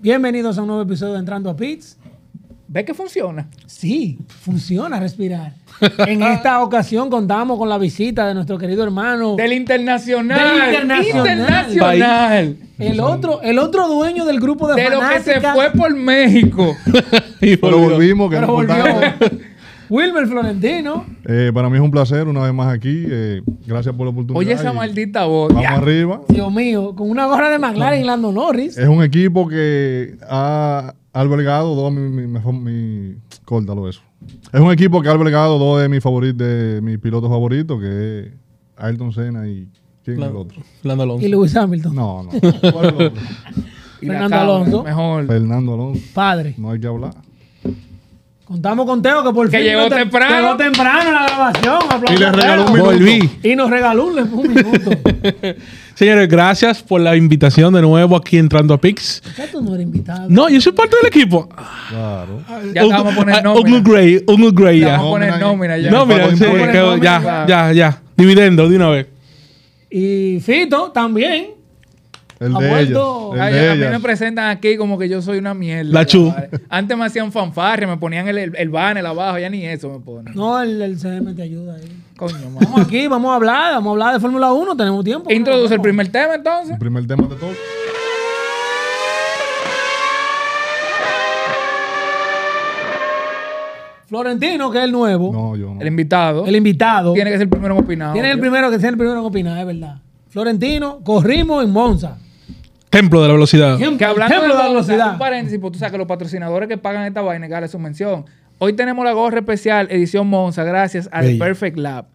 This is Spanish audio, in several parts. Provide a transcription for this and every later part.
Bienvenidos a un nuevo episodio de Entrando a Pits. ¿Ves que funciona? Sí, funciona respirar. En esta ocasión contamos con la visita de nuestro querido hermano, Del internacional. Oh. Del internacional. Internacional. el otro, el otro dueño del grupo de, De lo que se fanáticas, fue por México. Y Pero volvió. volvimos, que pero no volvió, importaba. Wilmer Florentino. Eh, Para mí es un placer una vez más aquí. eh, gracias por la oportunidad. Oye, esa y maldita voz. Vamos Ya. arriba. Dios mío, con una gorra de McLaren y Lando Norris. Es un equipo que ha albergado dos mi, mi, mejor- mi- córtalo eso. Es un equipo que ha albergado dos de mis favoritos, de mis pilotos favoritos, que es Ayrton Senna y ¿quién es el otro? Fernando Alonso. Y Lewis Hamilton, No, no. ¿Cuál es el otro? Y la Fernando cabra, Alonso. Mejor. Pues, Fernando Alonso. padre. No hay que hablar. Contamos con Teo que por Que fin llegó no te- temprano. Llegó temprano a la grabación. aplausos Y le a regaló Teo. un minuto. Volví. Y nos regaló un, un minuto. Señores, gracias por la invitación de nuevo aquí entrando a Pix. Ya tú no eres invitado. No, yo soy parte del equipo. Claro. Ya te vamos a poner Ah, nómina. Uncle Gray, Uncle Gray Te ya. vamos a poner nómina ya. No, mira, Pago sí, impuestos. que- Pobre ya, nómina. ya, ya. Dividendo de una vez. Y Fito también. El Ha de ellas. vuelto- El Ay, de a mí me ellas. presentan aquí como que yo soy una mierda. La chu. vale. Antes me hacían fanfarria, me ponían el, el, el banner abajo, ya ni eso me ponen. No, el, el CM te ayuda ahí. Coño, mamá. Vamos aquí, vamos a hablar, vamos a hablar de Fórmula 1, tenemos tiempo. Introduce el Vamos. primer tema entonces. El primer tema de todo. Florentino, que es el Oh. nuevo, No, yo no. El invitado. el invitado. Tiene Tiene, que ser el primero en opinar. el primero que ser el primero que opina, es verdad. Florentino, corrimos en Monza. Templo de la velocidad. Tiempo- Que hablando templo de de la velocidad. Un paréntesis, pues tú sabes que los patrocinadores que pagan esta vaina, hay que darle su mención. Hoy tenemos la gorra especial edición Monza, gracias al Bella. Perfect Lab.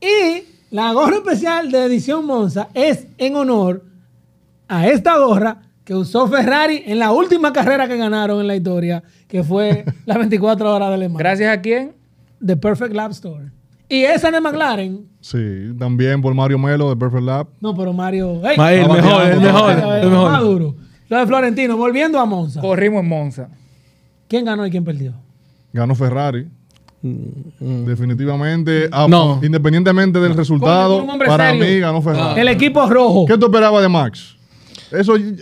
Y la gorra especial de edición Monza es en honor a esta gorra que usó Ferrari en la última carrera que ganaron en la historia, que fue las 24 horas de Le Mans. Gracias a quién? The Perfect Lab Store. Y esa de McLaren. Sí, también por Mario Melo de Perfect Lab. No, pero Mario. ¡Ey! Ma- El Estaba mejor, tirando, el estaba mejor, tirando. el mejor. Maduro. Lo de Florentino, volviendo a Monza. Corrimos en Monza. ¿Quién ganó y quién perdió? Ganó Ferrari. Definitivamente, a- No. independientemente del Coño, resultado, tú un hombre para serio. Ah. mí ganó Ah. Ferrari. El equipo rojo. ¿Qué tú esperabas de Max? Eso el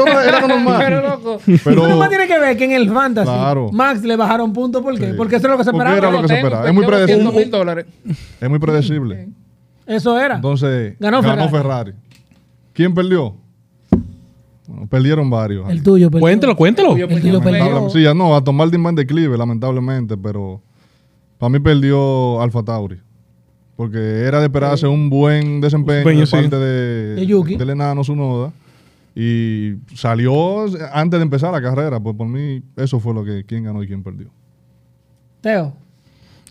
otro era lo Pero normal. loco. Tú nomás Pero tienes que ver que en el Fantasy Claro. Max le bajaron puntos. ¿Por qué? Sí. Porque eso es lo que se Porque esperaba. era lo que se tengo, esperaba. Es muy tengo predecible. 200 mil dólares. es muy predecible. Eso era. Entonces, Ganó ganó, Ferrari. Ferrari. ¿Quién perdió? Bueno, perdieron varios. el tuyo perdió. Cuéntelo, cuéntelo. Yo El tuyo pensé- perdió. Lamentablemente. Sí, ya no, a tomar Dimán declive, lamentablemente, pero para mí perdió Alfa Tauri. Porque era de esperarse un buen desempeño Desempeño, de sí. parte de, De Yuki. del enano Tsunoda. Y salió antes de empezar la carrera. Pues por mí, eso fue lo que quién ganó y quién perdió. Teo.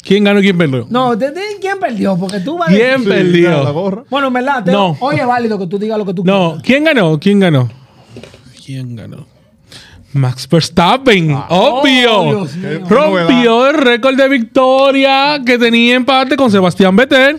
¿Quién ganó y quién perdió? No, de- de- ¿quién perdió? Porque tú vas a decir- ¿Quién Sí, perdió? la- la gorra. Bueno, en verdad, Teo, No. hoy es válido que tú digas lo que tú No, ¿quién ganó? ¿Quién ganó? ¿Quién ganó? Max Verstappen, obvio. Oh, Dios mío. Rompió el récord de victoria que tenía empate con Sebastián Vettel.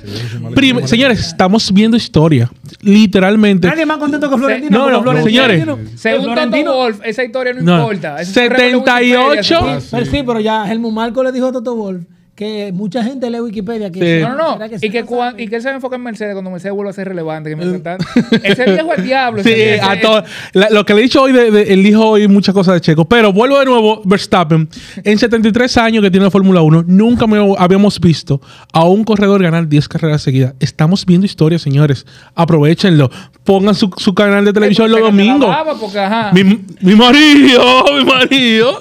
Prim- señores, estamos viendo historia. Literalmente. Nadie más contento que Florentino. No, porque no, Florentino- señores. Según Toto Florentino- Wolf, esa historia no, No. importa. Ese es un reloj de Wikipedia, 78. señor. Pero sí, pero ya Helmut Marco le dijo a Toto Wolf que mucha gente lee Wikipedia. Que Sí. No, no, no. ¿Será y, sí que lo cuan- sabe? y que él se va a enfocar en Mercedes cuando Mercedes vuelva a ser relevante. Que mientras tanto- ese viejo es diablo. Sí, ese viejo a es- todo- la- lo que le he dicho hoy, de, de- él dijo hoy muchas cosas de Checo. Pero vuelvo de nuevo, Verstappen. En 73 años que tiene la Fórmula 1, nunca me- habíamos visto a un corredor ganar 10 carreras seguidas. Estamos viendo historia, señores. Aprovechenlo. Pongan su, su canal de televisión los Porque se domingos. lavaba, porque, ah. ajá. Mi, mi marido, mi marido.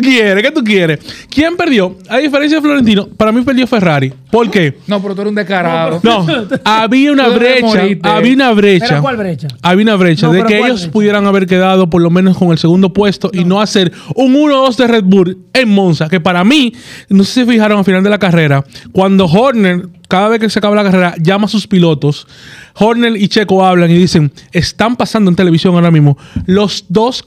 ¿Quiere? ¿Qué tú quieres? ¿Quién perdió? A diferencia de Florentino, para mí perdió Ferrari. ¿Por qué? No, pero tú eres un descarado. No, había una Tú te brecha. moriste. Había una brecha. ¿Pero cuál brecha? Había una brecha No, de pero que ¿cuál ellos brecha? pudieran haber quedado por lo menos con el segundo puesto y no hacer un 1-2 de Red Bull en Monza. Que para mí, no sé si se fijaron al final de la carrera, cuando Horner, cada vez que se acaba la carrera, llama a sus pilotos, Horner y Checo hablan y dicen, están pasando en televisión ahora mismo los dos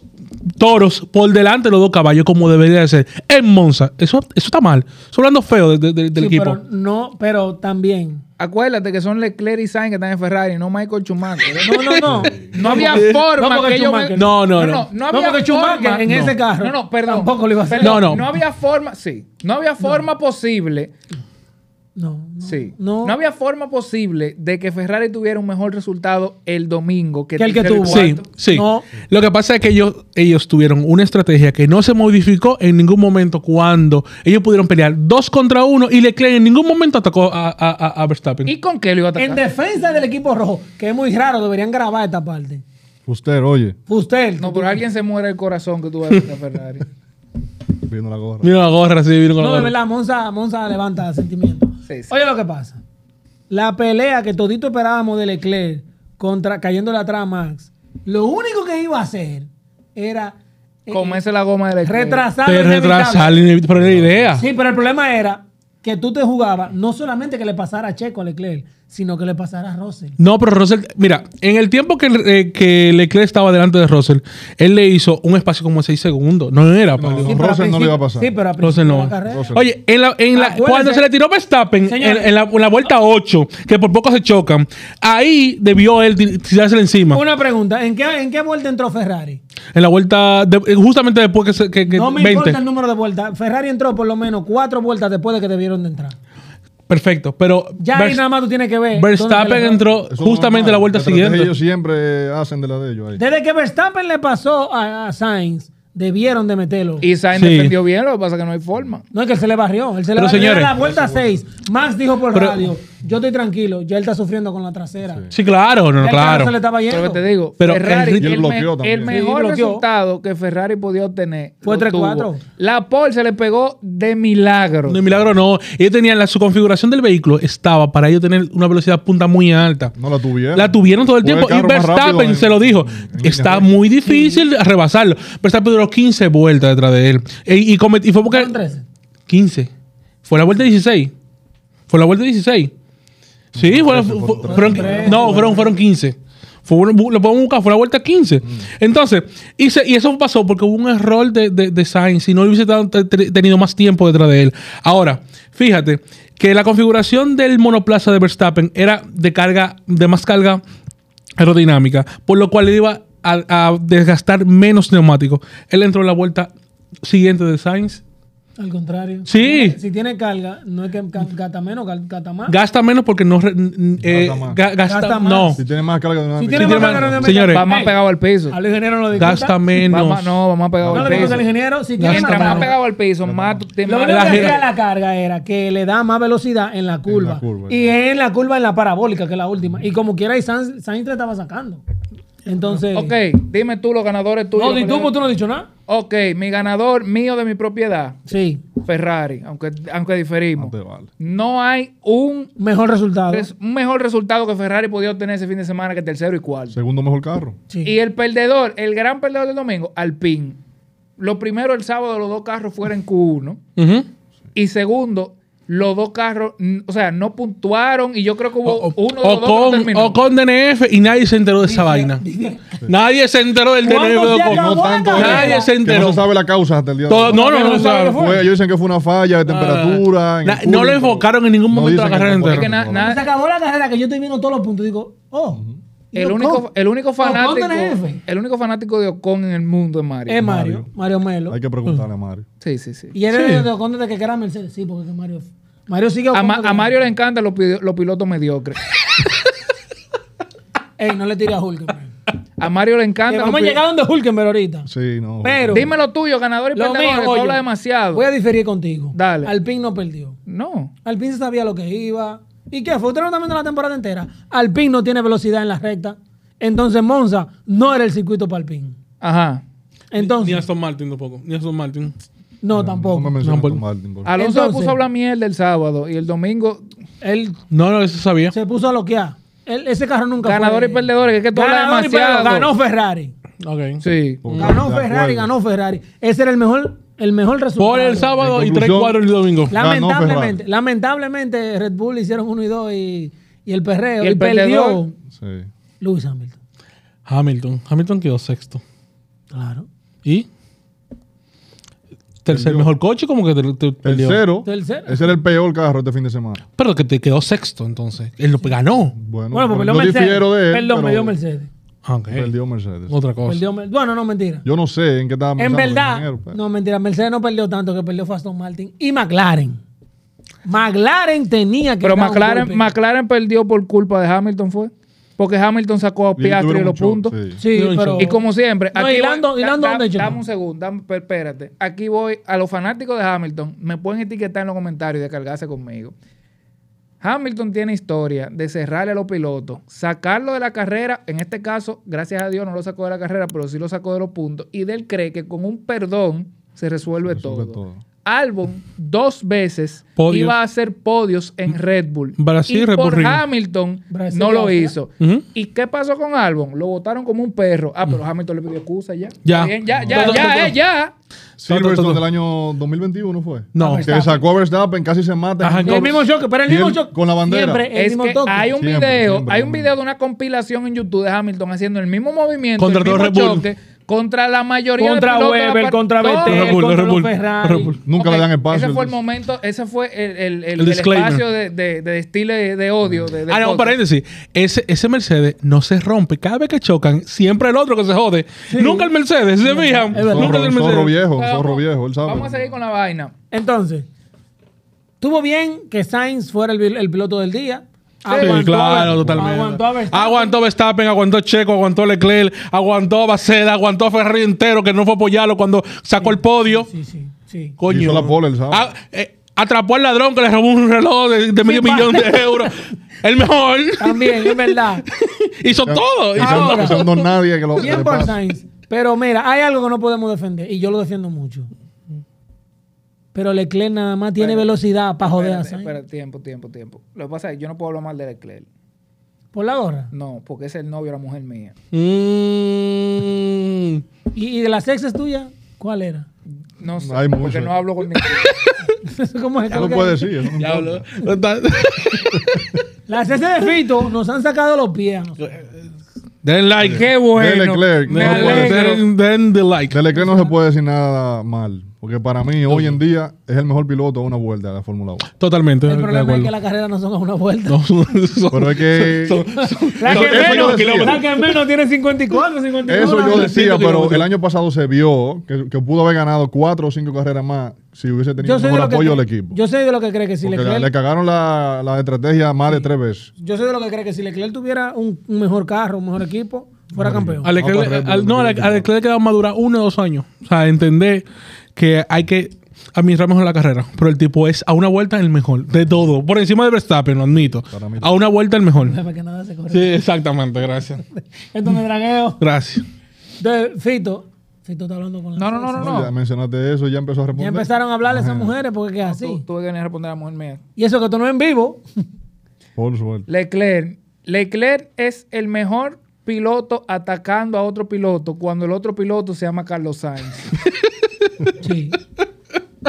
toros por delante de los dos caballos como debería de ser en Monza. Eso, eso está mal. Estoy hablando feo de- de- de- del Sí, equipo. Pero no, pero también. Acuérdate que son Leclerc y Sainz que están en Ferrari, no Michael Schumacher. No, no, no. No había porque- forma porque que ellos Schumacher- me- No, no, no. No, porque Schumacher en ese carro No, no, perdón. tampoco lo iba a hacer. Perdón, No, no. No había forma, sí. No había forma posible No, no. Sí. No. No había forma posible de que Ferrari tuviera un mejor resultado el domingo que, Que el que tercer y tuvo. Sí, cuarto. sí. No. Lo que pasa es que ellos, ellos tuvieron una estrategia que no se modificó en ningún momento cuando ellos pudieron pelear dos contra uno y Leclerc en ningún momento atacó a, a- a- a Verstappen. ¿Y con qué lo iba a En atacar? defensa del equipo rojo, que es muy raro, deberían grabar esta parte. Usted, oye, Usted. No, pero alguien se muere el corazón que tú vas a atacar a Ferrari. viendo la gorra. Mira la gorra, sí, vino con la No, de gorra. verdad, Monza, Monza levanta sentimientos. Sí, sí. Oye lo que pasa. La pelea que todito esperábamos de Leclerc contra cayéndole atrás a Max, lo único que iba a hacer era eh, Comerse la goma del Leclerc. retrasar. Te lo retrasar inevitable. pero era la idea. Sí, pero el problema era que tú te jugabas no solamente que le pasara a Checo a Leclerc, sino que le pasara a Russell. No, pero Russell, mira, en el tiempo que, eh, que Leclerc estaba delante de Russell, él le hizo un espacio como de 6 segundos. No era, para No, Sí, no, pero a Russell no le iba a pasar. Sí, pero a principio Russell de la no. carrera. Russell. Oye, en la, en la- Acuérdese- cuando se le tiró Verstappen en, Señores. en la, en la vuelta 8, que por poco se chocan, ahí debió él tir- tirársela encima. Una pregunta, ¿en qué, ¿en qué vuelta entró Ferrari? En la vuelta, de- eh, justamente después que, se- que, que No me 20. importa el número de vueltas. Ferrari entró por lo menos cuatro vueltas después de que debieron de entrar. Perfecto, pero Ya ahí Verst- nada más tú tienes que ver. dónde Verstappen que le- entró Eso es normal. justamente la vuelta La estrategia siguiente. Ellos siempre hacen de la de ellos ahí. Desde que Verstappen le pasó a, a Sainz, debieron de meterlo. Y Sainz Sí. defendió bien, lo que pasa es que no hay forma. No es que él se le barrió. Él se le Pero, barrió señores- en la vuelta 6. Max dijo por Pero- radio, yo estoy tranquilo, ya él está sufriendo con la trasera. Sí, claro, no, Ya no, el carro se le claro. estaba Pero que yendo. te digo, Pero Ferrari, el el, ritmo- Y él bloqueó me- el también. mejor Sí, bloqueó. resultado que Ferrari podía obtener Fue lo 3-4. tuvo. La Paul se le pegó de milagro. De milagro no. Ellos tenían la, su configuración del vehículo estaba para ellos tener una velocidad punta muy alta. No la tuvieron. La tuvieron todo el Fue tiempo. Y carro más rápido Verstappen en- se lo dijo. en línea Está recta. muy difícil rebasarlo. Verstappen duró 15 vueltas detrás de él. E, Y, y comet- y fue porque. Fueron 13. 15. Fue la vuelta 16. Fue la vuelta 16. Sí, fue la- fu- fu- fueron, no, fueron, fueron 15. Fue una- bu- lo podemos buscar, fue la vuelta 15. Entonces, y, se- y eso pasó porque hubo un error de, de, de Sainz. Si no hubiese dado- te- te- tenido más tiempo detrás de él. Ahora, fíjate que la configuración del monoplaza de Verstappen era de carga, de más carga aerodinámica, por lo cual iba a, a desgastar menos neumáticos. Él entró en la vuelta siguiente de Sainz Al contrario. Sí. Tiene- Si tiene carga, no es que ca- gata menos, ga- gata más. Gasta menos porque no. re- n- eh, Gasta más. ga- gasta, Gasta más. No. Si tiene más carga de una. Si tiene tiene más más- carga, no me- señores. Va más Ey, pegado al piso. Al ingeniero no le discuta. Gasta Va menos. más- no, va más pegado No al le discuta piso. al ingeniero. Si tiene Mientras más más carga. pegado al piso, más tú tienes Lo más único que La hacía gente- la carga era que le da más velocidad en la curva. curva, y en la curva en la parabólica, que es la última. Y como quiera, y Sainz, Sainz le estaba sacando. Entonces. Ok, dime tú los ganadores tuyos. No, ni tú, pues, tú no has dicho nada. Ok, mi ganador mío de mi propiedad, Sí. Ferrari, aunque, aunque diferimos. No te vale. No hay un, Mejor resultado. res- un mejor resultado que Ferrari podía obtener ese fin de semana que tercero y cuarto. Segundo mejor carro. Sí. Y el perdedor, el gran perdedor del domingo, Alpine. Lo primero, el sábado, los dos carros fueron Q1. Ujú. Y segundo, los dos carros, mm, o sea, no puntuaron. Y yo creo que hubo O- o- uno de los dos que no Ocon- terminó. Ocon DNF y nadie se enteró de esa vaina. Nadie se enteró del DNF de ¿Cuándo se Ocon. acabó No la tanto. carrera? Nadie se Que no enteró. se sabe la causa hasta el día Todo- de hoy. no, no, no, No no, sabe sabe. qué fue. Fue- ellos dicen que fue una falla de temperatura. en el Na- no lo cooling, enfocaron pero en ningún momento dicen la carrera que fue entera. por Es que eso, na- no. Se acabó la carrera que yo estoy viendo todos los puntos. Digo, oh. y El Ocon. único, el único Ocon fanático. DNF. El único fanático de Ocon en el mundo es Mario. Es Mario. Mario Melo. Hay que preguntarle a Mario. Sí, sí, sí. Y él es Sí. de Ocon desde que era Mercedes. Sí, porque Mario. Mario sigue A, Ocon Ma- desde a que- Mario le encantan los, pi- los pilotos mediocres. Ey, no le tire a Hulkenberg. A Mario le encanta. Que vamos a llegar donde Hulkenberg ahorita. Sí, no. Pero. Dime lo tuyo, ganador y Lo perdedor. que mío, tú oye, hablas demasiado. Voy a diferir contigo. Dale. Alpine no perdió. No. Alpine se sabía lo que iba. ¿Y qué fue? Usted no está viendo la temporada entera. Alpine no tiene velocidad en la recta. Entonces Monza no era el circuito para Alpine. Ajá. Ni Entonces, Aston Martin tampoco. Ni Aston Martin. no, No me tampoco. menciones No, pues, ah, por- a Martin. por favor. Alonso Entonces- se puso a hablar mierda el sábado y el domingo Él No, no, eso sabía. se puso a loquear. Él- ese carro nunca Ganador fue- y perdedor, que es que tú hablas Ganador y perdedor. demasiado. Ganó Ferrari. Ok. Sí. Porque- Ganó Mm, de Ferrari, acuerdo. ganó Ferrari. Ese era el mejor, el mejor resultado. Por el sábado En y conclusión- 3-4 el domingo. Ganó Lamentablemente, Ferrari. lamentablemente Red Bull hicieron uno y dos y, y el perreo. Y Y, el perdedor. perdió Sí. Lewis Hamilton. Hamilton. Hamilton quedó sexto. Claro. ¿Y? Tercer mejor coche, como que te, te- perdió. Tercero. Tercero. Ese era el peor carro este fin de semana. Pero que te quedó sexto, entonces. Él lo ganó. Bueno, Bueno, pues pero perdió yo Mercedes. difiero de él. Perdón, pero perdió Mercedes. Ah, ok. Perdió Mercedes. Otra cosa. Perdió Mer- bueno, no, mentira. Yo no sé en qué estaba en pensando el verdad, ingeniero, pero- no, mentira. Mercedes no perdió tanto que perdió fue Aston Martin y McLaren. McLaren tenía que Pero dar un McLaren, golpe. McLaren perdió por culpa de Hamilton, ¿fue? Porque Hamilton sacó a Piastri tuvieron los mucho, puntos. sí. Sí, No, pero... Y como siempre, No, aquí y voy- Lando- y da- Lando, da- ¿dónde llegó? dame un segundo, dame- per- espérate. Aquí voy a los fanáticos de Hamilton, me pueden etiquetar en los comentarios y descargarse conmigo. Hamilton tiene historia de cerrarle a los pilotos, sacarlo de la carrera, en este caso, gracias a Dios no lo sacó de la carrera, pero sí lo sacó de los puntos, y él cree que con un perdón se resuelve, Resuelve todo. todo. Albon dos veces Podios. Mm. iba a hacer podios en Red Bull. Brasil, y Red Bull por Ring. Hamilton Brasil, no lo Austria. hizo. Ujú. ¿Y qué pasó con Albon? Lo votaron como un perro. Ah, pero Hamilton le pidió excusa ya. Ya. Está bien, ya, ya, Todo- ya, todo- eh, ya. Silverstone todo. del año 2021 fue. No. Que sacó a Verstappen, casi se mata. Ajá, El mismo choque, pero el Y mismo él choque. con la bandera. Siempre el Es mismo que toque. hay un Siempre, video, siempre, hay un siempre. video de una compilación en YouTube de Hamilton haciendo el mismo movimiento, Contra el todo mismo Red Bull. choque, contra la mayoría Contra de pilotos de la Weber, par- contra todo. Vettel, Red Bull, contra Red los Bull, Ferrari. Red Bull. Nunca le Ok, dan espacio. Ese fue el entonces. momento, ese fue el, el, el- El el disclaimer. espacio de, de, de estilo de, de odio. De, de Ah, no, podcast. un paréntesis. Ese, ese Mercedes no se rompe. Cada vez que chocan, siempre el otro que se jode. Nunca el Mercedes, si se fijan. Es verdad. Nunca es el Zorro, zorro Mercedes. viejo, Pero zorro vamos- viejo, él sabe. Vamos a seguir con la vaina. Entonces, tuvo bien que Sainz fuera el, vil- el piloto del día. Sí, claro, a- totalmente. Aguantó a Verstappen. Aguantó Verstappen, aguantó Checo, aguantó Leclerc, aguantó Baceda, aguantó a Ferrari entero, que no fue a apoyarlo cuando sacó el podio. Sí, sí, sí. Coño. Hizo la pole el sábado. Ah, eh, atrapó al ladrón que le robó un reloj de, de medio pa. millón de euros. el mejor. También, es verdad. hizo todo. Y hizo son- Ahora. y son dos nadie que lo que Bien le por pasa. Sainz. Pero mira, hay algo que no podemos defender. Y yo lo defiendo mucho. Pero Leclerc nada más tiene velocidad para joder a Espérate, Sainz. espérate, tiempo, tiempo, tiempo. Lo que pasa es que yo no puedo hablar mal de Leclerc. Por la gorra. No, porque es el novio de la mujer mía. Mm. ¿Y, y de las exes tuyas? ¿Cuál era? No sé, Hay porque mucho. no hablo con ninguna. ¿Cómo es Ya lo que- puede decir. eso no importa. Ya habló. No está- Las exes de Fito nos han sacado los pies. Den like. Qué bueno. Leclerc, Me no lo puede alegro. Den, den the like. De Leclerc no se puede decir nada mal. Porque para mí, hoy en día, es el mejor piloto a una vuelta de la Fórmula 1. Totalmente. El de problema es acuerdo. que las carreras no son a una vuelta. No, son- son- Pero es que. La Eso- que, eso yo menos, decía. la que menos tiene 54, 51. Eso yo no, decía, siento que pero no. el año pasado se vio que, que pudo haber ganado cuatro o cinco carreras más si hubiese tenido Yo un soy, de mejor lo que apoyo del cree- equipo. yo soy de lo que cree que si Porque Leclerc, le cagaron la, la estrategia más de tres veces. yo soy de lo que cree que si Leclerc tuviera un, un mejor carro, un mejor equipo, fuera campeón. A Leclerc, No, para Red Bull, al- no, a no Le- a Leclerc le queda madurar uno o dos años. O sea, entender que hay que administrar mejor la carrera. Pero el tipo es a una vuelta el mejor de todo. Por encima de Verstappen, lo admito. Para mí A una vuelta el mejor. Para que nada se corra. Sí, exactamente. Gracias. Esto me dragueo. Gracias. Entonces, Fito, Fito está hablando con la No, no, no, no. Ya no. mencionaste eso, ya empezó a responder. Ya empezaron a hablarle a esas mujeres porque que es Tú- así. Tuve que venir a responder a la mujer mía. Y eso que tú no es en vivo. Por suerte. Leclerc. Leclerc es el mejor piloto atacando a otro piloto cuando el otro piloto se llama Carlos Sainz. Sí.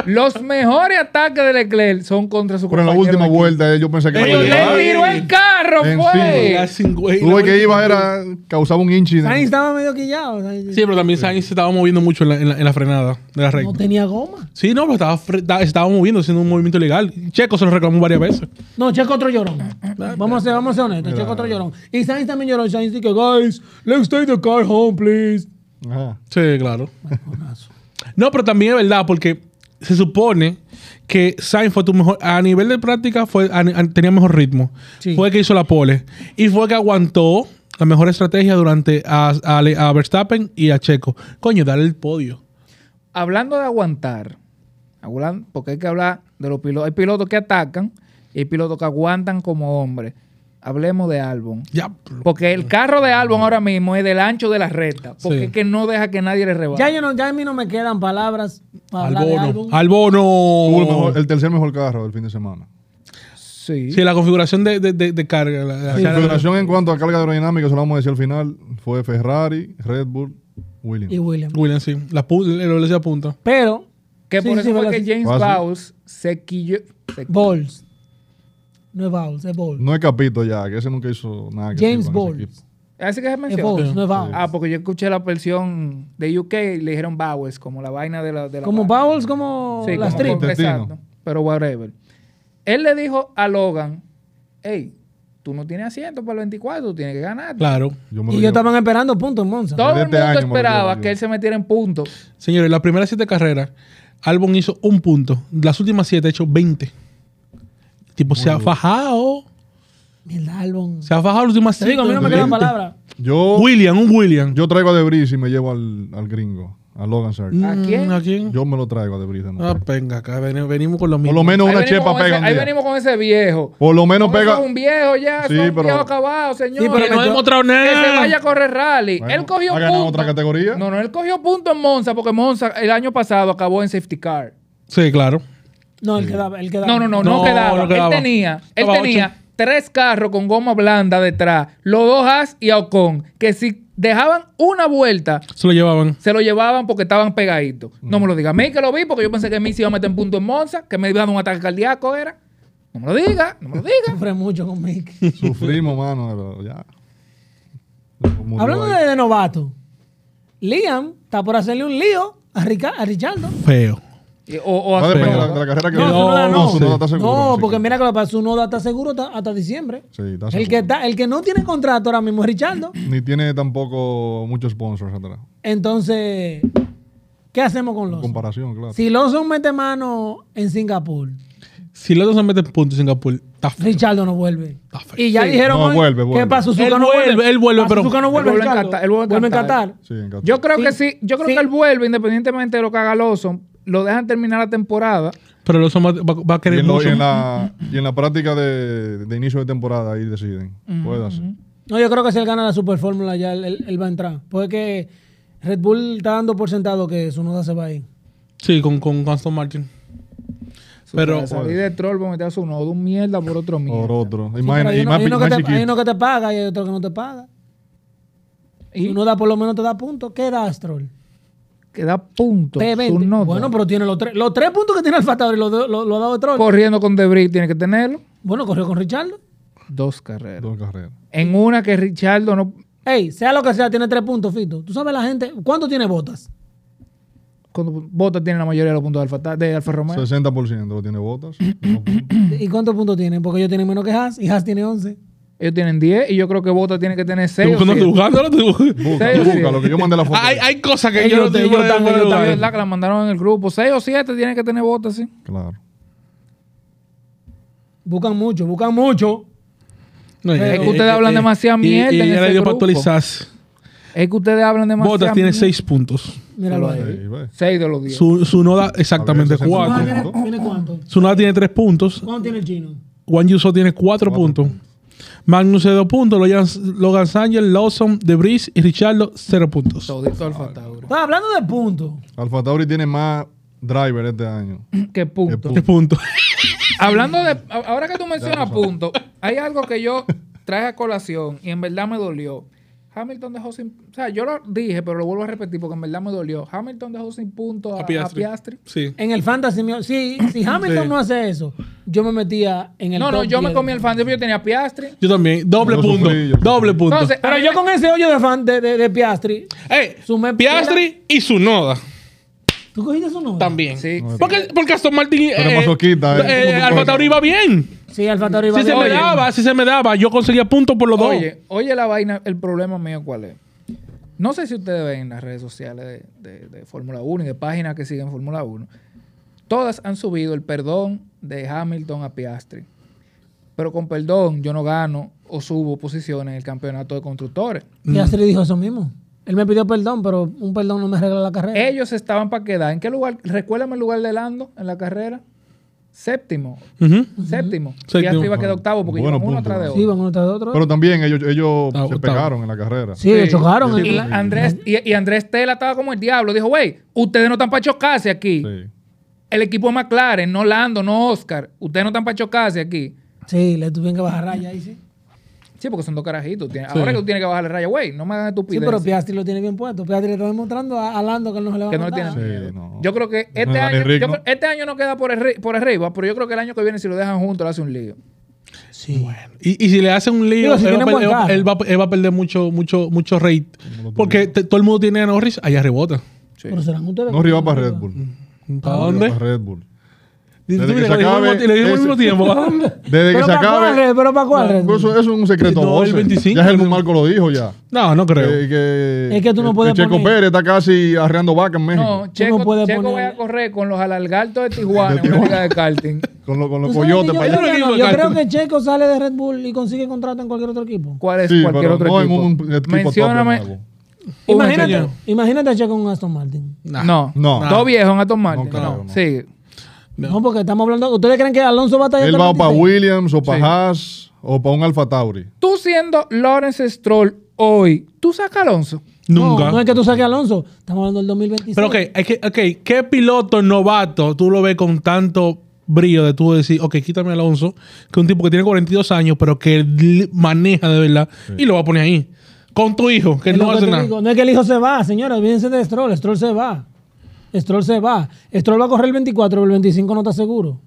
Los mejores ataques de Leclerc son contra su Pero en la compañero última de equipo. vuelta eh, yo pensé que... Le iba a Pero llegar. Ay. tiró el carro, Encima. fue. Tuve que iba, era, causaba un inchi. Sainz estaba medio quillado. o sea, Sí, pero también Sainz se estaba moviendo mucho en la, en la- en la frenada de la no recta. tenía goma. Sí, no, pero estaba, fre- da- estaba moviendo, haciendo un movimiento ilegal. Checo se lo reclamó varias veces. No, Checo otro llorón. Vamos a ser, vamos a ser honestos. Checo otro llorón. Y Sainz también lloró. Sainz dice, guys, let's take the car home, please. Ajá. Sí, claro. No, pero también es verdad, porque se supone que Sainz fue tu mejor. A nivel de práctica, fue, a- a- tenía mejor ritmo. Sí. Fue el que hizo la pole. Y fue el que aguantó la mejor estrategia durante a, a Le- a Verstappen y a Checo. Coño, darle el podio. Hablando de aguantar, hablan- porque hay que hablar de los pilotos. Hay pilotos que atacan y hay pilotos que aguantan como hombres. Hablemos de Albon. Ya. Porque el carro de Albon ahora mismo es del ancho de la recta. Porque Sí. es que no deja que nadie le rebate. Ya, yo no, ya a mí no me quedan palabras para Al hablar de bono. álbum. Al Tuvo el, bono. mejor- el tercer mejor carro del fin de semana. Sí. Sí, la configuración de, de- de- de carga. la- la La carga- configuración en cuanto a carga aerodinámica, eso lo vamos a decir al final, fue Ferrari, Red Bull, Williams. Y William. Williams, sí. La, pu- la velocidad punta. Pero, Que Sí, por sí, eso fue velocidad. que James Fácil. Bowles se quilló. se- balls. No es balls, es balls. No es Capito ya, que ese nunca hizo nada. Que James hacer con ese Ball. equipo. Así que se es menciona. balls, no es balls. Ah, porque yo escuché la versión de UK y le dijeron Bowles, como la vaina de la. De la Como vaina. balls, como Sí, las como tripas. con- Intestino. exacto, Pero whatever. Él le dijo a Logan, hey, tú no tienes asiento para el 24, tú tienes que ganar. Claro. Yo me lo Y llevo. yo estaban esperando puntos en Monza. Todo de el mundo este año me lo llevo esperaba yo. que él se metiera en punto. Señores, las primeras siete carreras, Albon hizo un punto. Las últimas siete ha hecho 20. tipo se ha fajado. Mierda, Albon. Se ha fajado los últimas Te digo, a mí no me quedan Excelente. palabras. Yo, William, un William. yo traigo a Debris y me llevo al, al gringo, a Logan Sargent. ¿A quién? Mm, ¿A quién? Yo me lo traigo a Debris de nuevo. Ah, venga, acá veni- venimos con lo mismo. Por lo menos Ahí una venimos chepa con pega ese- un Ahí día. venimos con ese viejo. Por lo menos Con eso pega. Es un viejo ya, Sí, eso es un pero- viejo acabado, señor. Sí, pero Que no yo- hemos traído que se nada. vaya a correr rally. Bueno, él cogió ha ganado punto. otra categoría. No, no, él cogió punto en Monza porque Monza el año pasado acabó en safety car. Sí, claro. No, él quedaba, él quedaba. No, no, no, no, No, quedaba. no quedaba. Él tenía, él Estaba tenía ocho. tres carros con goma blanda detrás, los dos Haas y Ocon, que si dejaban una vuelta Se lo llevaban. se lo llevaban porque estaban pegaditos. No me lo diga. A mí que lo vi porque yo pensé que Messi iba a meter en punto en Monza, que me iba a dar un ataque cardíaco era. No me lo diga, no me lo diga. Sufre mucho con Mick. Sufrimos, mano, pero ya. Murió Hablando ahí. de, de novato, Liam está por hacerle un lío a, Rica- a Richardo. Feo. Y- O, o Va a a- depender Pero- de la, de la carrera que No, Tsunoda no. no, Tsunoda está seguro. no, sí. porque mira que lo que pasa, su noda está seguro hasta, hasta diciembre. Sí, está el, seguro. que está, el que no tiene contrato ahora mismo es Richardo. Ni tiene tampoco muchos sponsors atrás. Entonces, ¿qué hacemos con En los? comparación, claro. Si Lawson mete mano en Singapur, Si los dos se meten puntos en Singapur, está feo. Richardo no vuelve. Está feo. Y ya dijeron No, hoy vuelve, vuelve. que para Suzuka Él no vuelve. vuelve, él vuelve, pero- Suzuka no vuelve, Él vuelve en Richardo. Qatar, él vuelve en Vuelve en Qatar. Qatar. Sí, en Qatar. Yo creo Sí, que sí, yo creo sí. que él vuelve independientemente de lo que haga Lawson, lo dejan terminar la temporada. Pero los hombres va, va a y, querer en lo- mucho. y en la, y en la práctica de, de inicio de temporada ahí deciden. Puede hacer. No, yo creo que si él gana la Super Fórmula ya él, él- él va a entrar. Porque Red Bull está dando por sentado que su noda se va a ir. Sí, con, con Aston Martin. Pero Para salir de troll, para meter a su nodo, un mierda por otro mierda. Por otro. Sí, pero Imagina, hay, y uno, más, hay pi- uno que más te, hay chiquito. uno que te paga y hay otro que no te paga. Y Uno da por lo menos te da puntos. ¿Qué da Astrol? que da punto. Su P20. nodo. Bueno, pero tiene los tres, los tres puntos que tiene Alfa Tauri lo, de- lo- lo ha dado Stroll. corriendo con Debris tiene que tenerlo. bueno, corrió con Richardo. Dos carreras. Dos carreras. En una que Richardo no. Ey, sea lo que sea, tiene tres puntos, Fito. ¿Tú sabes la gente? ¿Cuánto tiene botas? Cuando Bota tiene la mayoría de los puntos de Alfa, de Alfa Romeo. 60% lo tiene botas. unos puntos. ¿Y cuántos puntos tienen? Porque ellos tienen menos que Haas y Haas tiene 11. Ellos tienen 10 y yo creo que Bota tiene que tener 6. estoy buscando, estoy buscando, estoy buscando. Busca, Sí, sí. busca, lo que yo mandé la foto. Hay, hay cosas que Ellos yo no te- tengo ellos están- ellos La están- verdad que la mandaron en el grupo. 6 o 7 tiene que tener Bota, sí. Claro. Buscan mucho, buscan mucho. No, Es y- que y- Eh, ustedes y- hablan y- demasiada y- mierda Y, en ya ese le dio grupo. para actualizarse. Es que ustedes hablan demasiado. Botas tiene seis puntos. Míralo ahí. Ahí, ve. 6 de los 10. Su, su Noda exactamente A ver, 60. ¿Cuánto cuatro. tiene, tiene cuánto? Su Noda tiene tres puntos. ¿Cuánto tiene el chino? Juan Yuso tiene cuatro puntos. Magnus de dos puntos. Logan, Logan Sanger, Lawson, Debris y Richardo cero puntos. Todito Alfa Tauro. Estaba hablando de puntos. Alfa Tauri tiene más driver este año. Qué Es punto. Tres puntos. Hablando de. a- Ahora que tú mencionas punto, hay algo que yo traje a colación y en verdad me dolió. Hamilton dejó sin. O sea, yo lo dije, pero lo vuelvo a repetir porque en verdad me dolió. Hamilton dejó sin punto a, a Ah, Piastri. Sí. En el fantasy mío. Sí, si Hamilton no hace eso, yo me metía en el. No, no, top yo me 10. comí el fan yo tenía a Piastri. Yo también. Doble Yo punto. sufrí, yo sufrí. doble punto. Entonces, eh, Pero yo con ese hoyo de fan de, de, de Piastri. Ey, Sumé- Piastri y su Noda ¿Tú cogiste su nombre? también. Sí, sí. Porque, porque Aston Martin. Pero masoquista, eh. ¿Cómo tú Alfa puedes? Tauri iba bien. Sí, Alfa Tauri va Si se me bien. daba, si se me daba, yo conseguía puntos por los dos. Oye, oye la vaina, el problema mío cuál es. No sé si ustedes ven en las redes sociales de, de- de Fórmula 1 y de páginas que siguen Fórmula 1. Todas han subido el perdón de Hamilton a Piastri. Pero con perdón yo no gano o subo posiciones en el campeonato de constructores. Piastri dijo eso mismo. Él me pidió perdón, pero un perdón no me arregla la carrera. Ellos estaban para quedar. ¿En qué lugar? Recuérdame el lugar de Lando en la carrera. Séptimo. Ujú. Séptimo. Séptimo. Piastri iba a quedar octavo porque Bueno llevan uno punto. atrás de Sí, otro. van uno tras de otro. Pero también ellos, ellos Ah, se octavo. pegaron en la carrera. sí, ellos chocaron. Y, El- Andrés, y, y Andrés Tela estaba como el diablo. Dijo, güey, ustedes no están para chocarse aquí. Sí. El equipo de McLaren, no Lando, no Oscar. Ustedes no están para chocarse aquí. Sí, le tuvieron que bajar raya ahí, sí. Sí, porque son dos carajitos. Tienes- Ahora que tú tienes que bajar la raya, güey, no me hagan Sí, estupidez. pero Piastri lo tiene bien puesto. Piastri le está demostrando a, a Lando que no se le va a que no le mandar. tienen miedo. no. Yo creo que No este, le dan año, el ritmo. yo creo- este año no queda por, arri- por arriba, pero yo creo que el año que viene, si lo dejan juntos, le hace un lío. Sí. Y, y si le hacen un lío, Digo, si él, va tiene a perder- buen carro. él va- él va a perder mucho, mucho, mucho rate. lo Porque te- todo el mundo tiene a Norris, allá rebota. Pero serán ustedes. No rival para Red Bull. ¿Para Ah, No rival dónde? Para Red Bull. Y tú Desde que mira, se le dijimos acabe al mismo- le dijimos al ese- mismo tiempo. ¿para dónde? Desde que Pero se para cuál acabe. eh, Red- pero para cuál Red Bull? Eso, eso es un secreto. No, el voces. 25. Ya Helmut Marco lo dijo ya. No, no creo. Eh, que, Es que tú no puedes Checo poner- Pérez está casi arreando vaca en México. No, Checo, puedes Checo poner- va a correr con los alalgartos de Tijuana De en una Tijuana. liga de karting. con, lo- con los ¿Tú sabes coyotes que yo- para yo, allá. creo- Yo no digo yo que- creo que Checo sale de Red Bull y consigue contrato en cualquier otro equipo. ¿Cuál es Sí, cualquier pero otro no en equipo? un equipo Mencióname. top de nuevo. Un Imagínate, señor. imagínate a Checo en Aston Martin. Nah. No. No. Dos viejos en Aston Martin. No creo, No. no. Sí. No. porque estamos hablando. ¿Ustedes creen que Alonso va a estar Él va para Will Williams o para Sí. Haas o para un Alfa Tauri. Tú siendo Lawrence Stroll hoy, tú sacas a Alonso. Nunca. No, no es que tú saques a Alonso. Estamos hablando del 2026. Pero ok, hay que, ok, ¿qué piloto novato tú lo ves con tanto brillo de tú decir, ok, quítame a Alonso, que es un tipo que tiene 42 años, pero que li- maneja de verdad y lo va a poner ahí? Con tu hijo, que Es no lo que hace te nada. digo, no es que el hijo se va, señora. Olvídense de Stroll. Stroll se va. Stroll se va. Stroll va a correr el 24, pero el 25 no está seguro.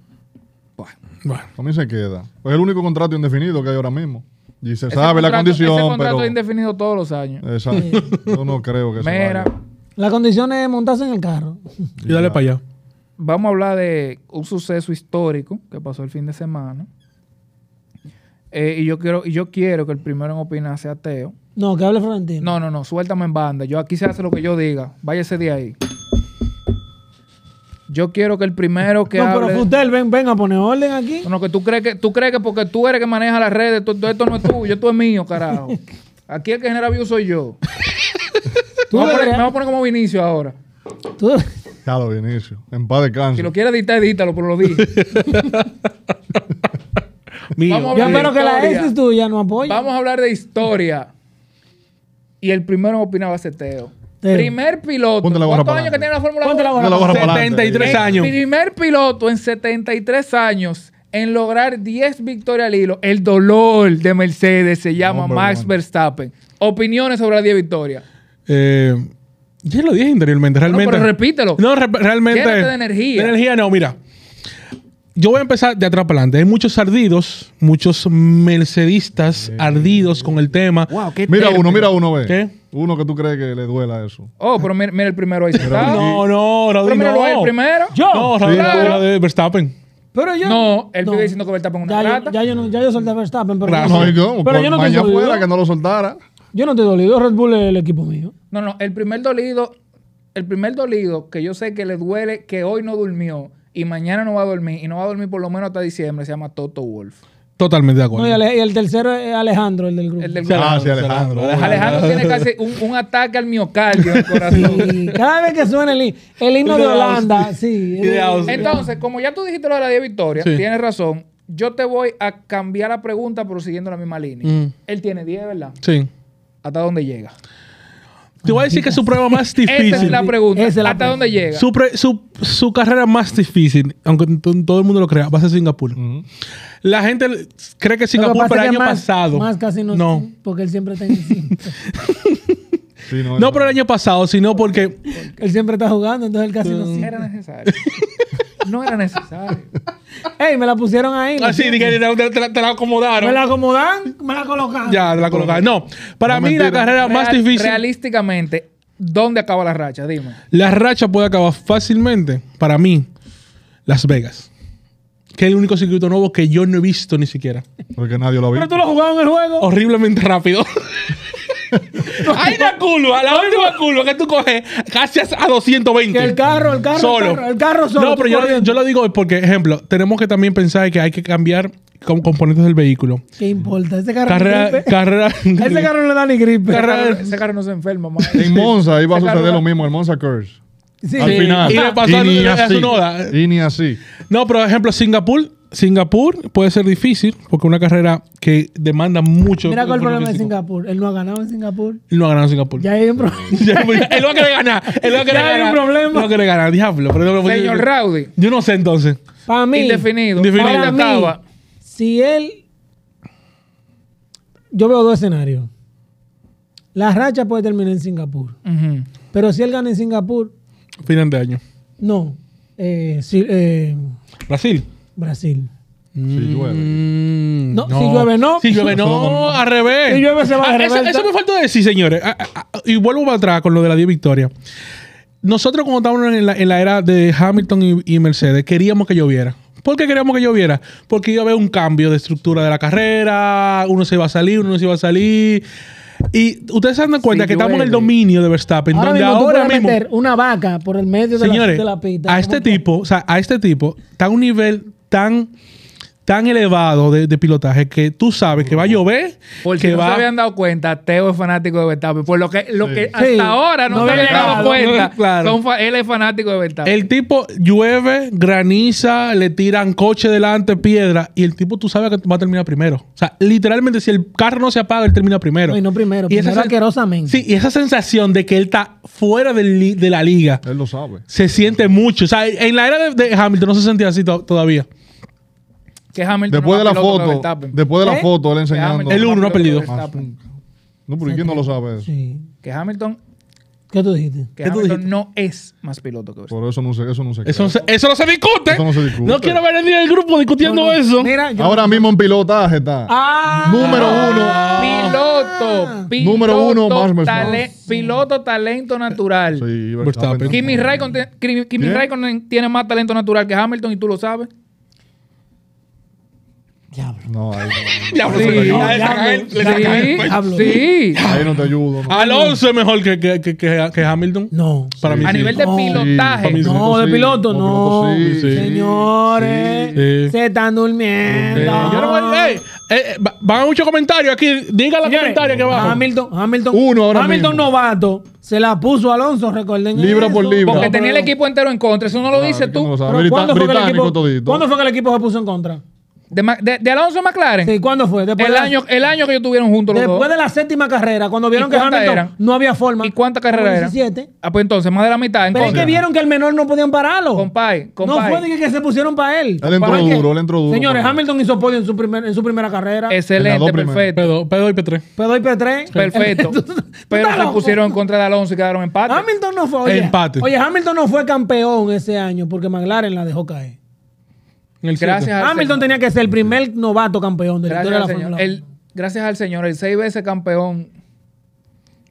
Bueno, A mí se queda. Es el único contrato indefinido que hay ahora mismo. Y se Ese sabe la contrato- Ese condición, contrato pero... indefinido todos los años. Exacto. Yo no creo que se Mira, vaya. La condición es montarse en el carro. y dale para allá. vamos a hablar de un suceso histórico que pasó el fin de semana. Eh, y yo quiero, y yo quiero que el primero en opinar sea Teo. No, que hable Florentino. No, no, no, suéltame en banda. Yo aquí se hace lo que yo diga. Váyase de ahí. Yo quiero que el primero que No, pero hable. Fustel, ven, ven a poner orden aquí. Bueno, que tú crees que tú crees que porque tú eres que maneja las redes, tú- tú- esto no es tuyo, esto es mío, carajo. Aquí el que genera views soy yo. Tú me, voy a poner, deberías- me voy a poner como Vinicio ahora. Tú- Ya lo inicio. En paz Si descanse. lo quieres editar, edítalo, pero lo dije. Mío. Vamos a Yo hablar de espero que la historia. ex tuya no apoye. Vamos a hablar de historia. Y el primero en opinar va a ser Teo. Teo. Primer piloto. Ponte la gorra ¿Cuántos para años que adelante. tiene la Fórmula Ponte la 1? gorra. Yo la gorra para adelante. Eh, 73 años. Primer piloto en 73 años en lograr 10 victorias al hilo. El dolor de Mercedes se llama Hombre, Max bueno. Verstappen. Opiniones sobre las 10 victorias. Eh, ya lo dije anteriormente, realmente. pero repítelo. No, re- realmente. Llénate de energía. De energía no, mira. Yo voy a empezar de atrás para adelante. Hay muchos ardidos, muchos mercedistas ardidos con el tema. Wow, qué Mira uno, mira uno, ve. ¿Qué? Uno que tú crees que le duela eso. Oh, pero mira, mira el primero ahí sentado. No, no, Pero Raúl, míralo no. a él primero. Yo. No, Raúl, Sí, no, claro. la de Verstappen. Pero yo. No, él vive diciendo que Verstappen es una ya yo- rata. Ya yo, no, ya yo solté a Verstappen, pero. Gracias. No, yo- ¿y cómo? Ah, Pero Por yo no estoy mañana dolido. fuera que no lo soltara. Yo no estoy dolido. Red Bull es el equipo mío. No, no, el primer dolido, el primer dolido que yo sé que le duele, que hoy no durmió y mañana no va a dormir y no va a dormir por lo menos hasta diciembre, se llama Toto Wolf. Totalmente de acuerdo. No, y, Ale- y el tercero es Alejandro, el del grupo. El del Ah, sí, Alejandro. Alejandro. Alejandro tiene casi un, un ataque al miocardio en el corazón. Y cada vez que suena el, hi- el himno de De Austria. Holanda, sí. eh, Y de Austria. Entonces, como ya tú dijiste lo de la 10 victorias, Sí. tienes razón. Yo te voy a cambiar la pregunta, pero siguiendo la misma línea. Mm. Él tiene 10, ¿verdad? Sí. ¿Hasta dónde llega? Te voy a decir que su prueba más difícil. Esa es la pregunta. Esa es la ¿Hasta dónde llega? Su, pre- su- su carrera más difícil, aunque t- todo el mundo lo crea, va a ser Singapur. La gente l- cree que Lo que Singapur pasa fue el es que año más- pasado. Más casi no, No. Porque él siempre está en el cinco. Sí, no, No por el año pasado, sino porque Él siempre está jugando, entonces él casi no No siente. era necesario. No era necesario. ¡Ey! Me la pusieron ahí. la así, siento. de Ah, que te, la- te la acomodaron. Me la acomodan, me la colocan. Ya, te la colocaron. No, para No, mí la mentira. carrera más Real- difícil, Realísticamente, ¿dónde acaba la racha? Dime. la racha puede acabar fácilmente, para mí, Las Vegas. Que es el único circuito nuevo que yo no he visto ni siquiera. Porque nadie lo ha Pero visto. tú lo jugabas en el juego. Horriblemente rápido. Hay una curva, la última curva que tú coges casi a 220. Que el carro, el carro, solo. el carro, el carro solo. No, tú pero yo, lo- corriendo. yo lo digo porque, ejemplo, tenemos que también pensar que hay que cambiar com- componentes del vehículo. ¿Qué importa? Ese carro. no Carrera, siente- carrera, Ese carro no le da ni gripe. Ese carro, ese carro no se enferma, man. En Monza iba a Ese carro suceder va- lo mismo, el Monza Curse. Sí. Al final. Y le pasó a- ni a así. Tsunoda. Y ni así. No, pero ejemplo, Singapur. Singapur puede ser difícil porque es una carrera que demanda mucho. Mira cuál el esfuerzo problema de físico. Singapur. Él no ha ganado en Singapur. Él no ha ganado en Singapur. Ya hay un problema. Ya, él no quiere ganar. Él no quiere Ya hay un ganar. problema. No quiere ganar, diablo. Pero no, pero- Señor Rowdy. Yo no sé entonces. Para mí. Indefinido. Indefinido. ¿Dónde Para mí, acaba? si él. Yo veo dos escenarios. La racha puede terminar en Singapur. Ujú. Pero si él gana en Singapur, Final de año. no. Eh, si- eh, Brasil. Brasil. Si llueve. Mm, No, si llueve no. Si llueve no, al revés. Si llueve se va de Ah, eso, reversa. eso me falta decir, señores. Ah, ah, ah, y vuelvo para atrás con lo de la 10 victorias. Nosotros cuando estábamos en la, en la era de Hamilton y, y Mercedes, queríamos que lloviera. ¿Por qué queríamos que lloviera? Porque iba a haber un cambio de estructura de la carrera, uno se iba a salir, uno no se iba a salir. Y ustedes se dan cuenta Si que estamos en el llueve. dominio de Verstappen, Ahora Pues, donde mismo, tú ahora puedes mismo... meter una vaca por el medio de, la- Señores, de la, pista. a este ¿Cómo que? tipo, o sea, a este tipo está a un nivel tan, tan elevado de, de pilotaje que tú sabes que va a llover, Por que si no va se habían dado cuenta, Teo es fanático de Verstappen. Por lo que, lo Sí. que Sí. hasta ahora no, No se había habían dado llegado, cuenta. no, claro. son fa- él es fanático de Verstappen. El tipo llueve, graniza, le tiran coche delante, piedra, y el tipo tú sabes que va a terminar primero. O sea, literalmente, si el carro no se apaga, él termina primero. No, y no primero, primero sen- asquerosamente. Sí, y esa sensación de que él está fuera del li- de la liga Él lo sabe. se siente mucho. O sea, en la era de, de Hamilton no se sentía así to- todavía. que Hamilton Después no de la es piloto foto, Verstappen. después de la ¿Eh? foto, él Que enseñando. Hamilton El uno no ha es piloto perdido. de Ah, Verstappen. No, pero ¿y quién no lo sabe eso? Sí. Que Hamilton, ¿Qué tú dijiste? que ¿Qué tú Hamilton dijiste? no es más piloto que Verstappen. Por eso no sé, eso no sé. Eso no se, eso no se discute. Eso no se discute. No quiero ver a nadie del grupo discutiendo No, no, eso. Mira, yo- Ahora mismo en pilotaje está. Ah. Número uno. Ah. Piloto, piloto. Número uno, Max Verstappen. tale- Piloto, talento natural. Sí, Verstappen. Verstappen. Kimi Raikkonen Kimi- Kimi ¿Bien? Raikkonen tiene más talento natural que Hamilton y tú lo sabes. Diablo. No, ahí no. Diablo, se Sí, cayó. Le diablo, saca el- le diablo. saca el- Diablo. Sí, sí. Ahí no te ayudo. no. Alonso es mejor que, que, que, que- que Hamilton. No. Para mí A sí. nivel de No. pilotaje. Sí. No, de sí. piloto, Como no. piloto, sí, sí. Señores, Sí. se están durmiendo. Eh, yo no voy- ey, eh, eh, va- van muchos comentarios aquí. Diga los Señores, comentarios que abajo. Hamilton, Hamilton, Uno ahora Hamilton mismo. novato se la puso a Alonso, recuerden. Libra eso. por libra. Porque No, tenía el equipo entero en contra. Eso no lo Claro, dices ¿quién no tú. lo sabe? Pero Brita- ¿cuándo, fue que el británico equipo, todito. cuándo fue que el equipo se puso en contra? De, Ma- de- de Alonso a McLaren. Sí, ¿cuándo fue? Después, el, de la- año, el año que ellos tuvieron juntos los después dos. de la séptima carrera, cuando vieron ¿Y que cuántas Hamilton eran? no había forma. ¿Y cuántas carreras eran? 17. Ah, pues entonces, más de la mitad en Pero es contra. que vieron que el menor no podían pararlo. Compay, No compay. fue de que, que se pusieron para él. Él entró Porque- duro, él entró duro. Señores, Porque- Hamilton hizo podio en su, primer, en su primera carrera. En Excelente, las dos primeras. perfecto. P2, y P3. Pero y P3. Perfecto. Tú- tú- tú Pero estás se loco. pusieron en contra de Alonso y quedaron empate. Hamilton no fue. Oye, Empate. Oye, Hamilton no fue campeón ese año porque McLaren la dejó caer. En el Gracias siete. al Hamilton Señor. tenía que ser el primer novato campeón de la Gracias historia al de la Señor. Fórmula El, 1. gracias al Señor, el seis veces campeón.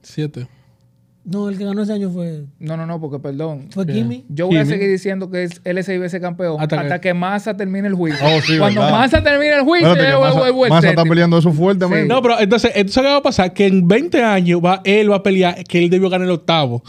Siete. No, el que ganó ese año fue, No, no, no, porque perdón. fue Kimi. Yo voy a Kimi. seguir diciendo que es- él es seis veces campeón Hasta hasta, que- que Massa termine el juicio. Oh, sí, Cuando verdad. Massa termine el juicio, Espérate que yo voy- Massa- voy- voy el Massa está séptimo. peleando eso fuertemente. Sí. No, pero entonces, entonces ¿qué va a pasar? Que en 20 años va, él va a pelear que él debió ganar el octavo.